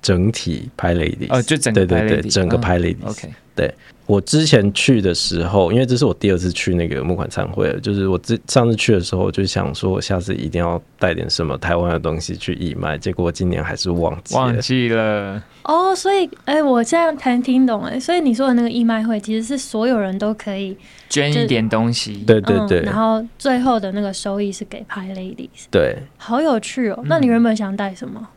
整体拍 lady 哦就整个对 Pi 对对， Ladies，整个嗯拍 lady、 OK，我之前去的时候，因为这是我第二次去那个募款餐会了，就是我之上次去的时候，我就想说我下次一定要带点什么台湾的东西去义卖，结果今年还是忘记了忘。记了，哦，所以哎、我这样才听懂哎，所以你说的那个义卖会其实是所有人都可以，捐就一点东西，对对对、嗯，然后最后的那个收益是给 Pi Ladies，对，好有趣哦。那你原本想带什么？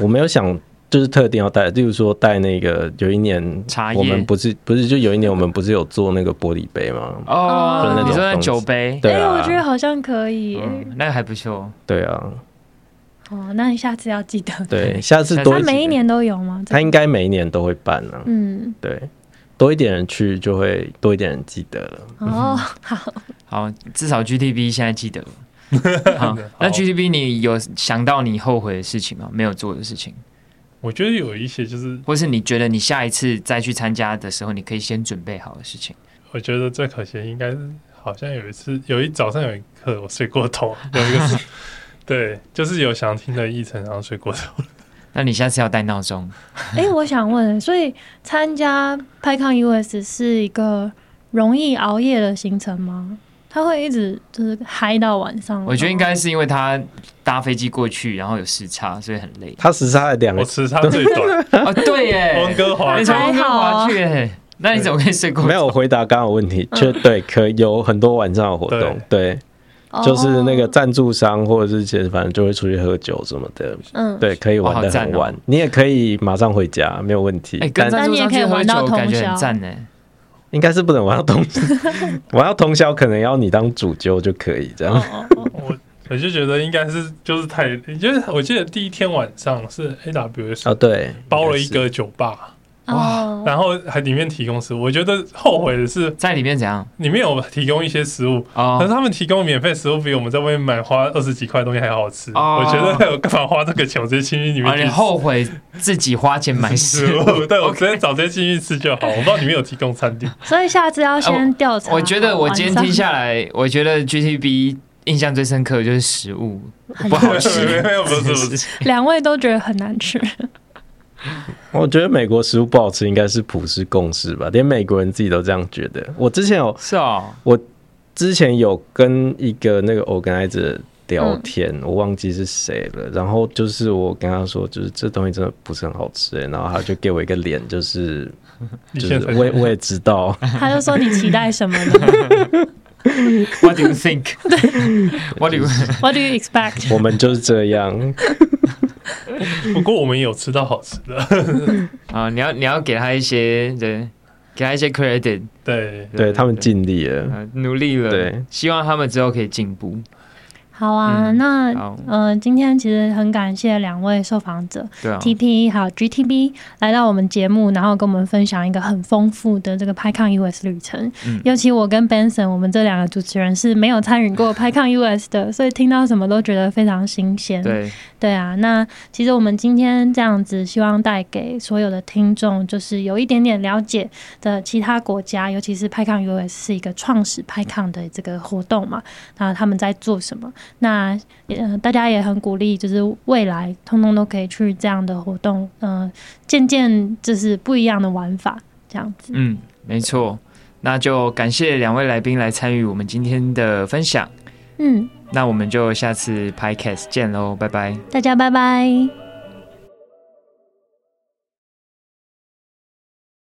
我没有想就是特定要带，例如说带那个有一年茶叶我们不是不是就有一年我们不是有做那个玻璃杯吗？就那哦，种你说那东西酒杯，对哎、啊，我觉得好像可以耶、嗯，那个还不错，对啊，哦，那你下次要记得。对，下次下次多他一每点，一年都有吗？他应该每一年都会办啊。嗯，对，多一点人去就会多一点人记得了。。哦，好，好，至少 GTB 现在记得了。好，那 GTB 你有想到你后悔的事情吗？没有做的事情，我觉得有一些就是，或是你觉得你下一次再去参加的时候，你可以先准备好的事情。我觉得最可惜的应该是，好像有一次有一早上有一课我睡过 (laughs) 头，有一个是对，就是有想听的议程，然后睡过头。那你下次要带闹钟， (laughs) 哎、我想问，所以参加 PyCon US 是一个容易熬夜的行程吗？他会一直就是嗨到晚上吗？我觉得应该是因为他搭飞机过去，然后有时差，所以很累 (laughs) 他时差两我个，时差最短，哦， (laughs) 对耶，温哥华你从温哥啊华去耶，那你怎么可以睡过？没有，回答刚刚的问嗯题，确对，可有很多晚上的活动，对，哦就是那个赞助商或者是其实反正就会出去喝酒什么的，嗯，对，可以玩哇好的赞哦很晚，你也可以马上回家，没有问题哎、，跟但赞助商去喝但你也可酒，感以玩到通宵觉很赞呢。应该是不能玩到通， (laughs) 玩到通宵可能要你当主揪就可以这哦样，哦哦，我我就觉得应该是就是太，就是我记得第一天晚上是 AWS 哦，对，包了一应该是，个酒吧，哦，然后还里面提供食物。我觉得后悔的是在里面怎样？里面有提供一些食物，可是哦，他们提供免费食物比我们在外面买花二十几块的东西还好吃。哦我觉得我干嘛花这个钱，我直接进去里啊，面去你后悔自己花钱买吃 (laughs) 食物？食物， (laughs) 对我直接找直接进去吃就好。我不知道里面有提供餐点，所以下次要先调查、啊我觉得我今天听下来，我觉得 GTB 印象最深刻的就是食物很不好吃，没有没有不是不是这件事情晚上两位都觉得很难吃，我觉得美国食物不好吃应该是普世共识吧，连美国人自己都这样觉得。我之前有 (laughs) 是哦，之前有跟一个那个 organizer 聊天，我忘记是谁了。然后就是我跟他说，就是这东西真的不是很好吃、欸，然后他就给我一个脸，就是你就是现在我也我也知道，他就说你期待什么 (laughs) 呢 What do you (laughs) think? What do you? (laughs) ？What do you expect？我们就是 (laughs) 这样。不过我们也有吃到好吃的，啊，你要你要给他一些对，给他一些 credit，对，对他们尽力了，呃努力了，对，希望他们之后可以进步。好啊，嗯那好呃，今天其实很感谢两位受访者，对啊， TP 还有 GTB 来到我们节目，然后跟我们分享一个很丰富的这个 PyCon US 旅程。嗯尤其我跟 Benson，我们这两个主持人是没有参与过 PyCon US 的，所以听到什么都觉得非常新鲜。对，对啊，那其实我们今天这样子，希望带给所有的听众，就是有一点点了解的其他国家，尤其是 PyCon US 是一个创始 PyCon 的这个活动嘛，那他们在做什么？那呃，大家也很鼓励，就是未来通通都可以去这样的活动，嗯，渐渐就是不一样的玩法，这样子。嗯，没错。那就感谢两位来宾来参与我们今天的分享，嗯，那我们就下次 podcast 见喽，拜拜。大家拜拜。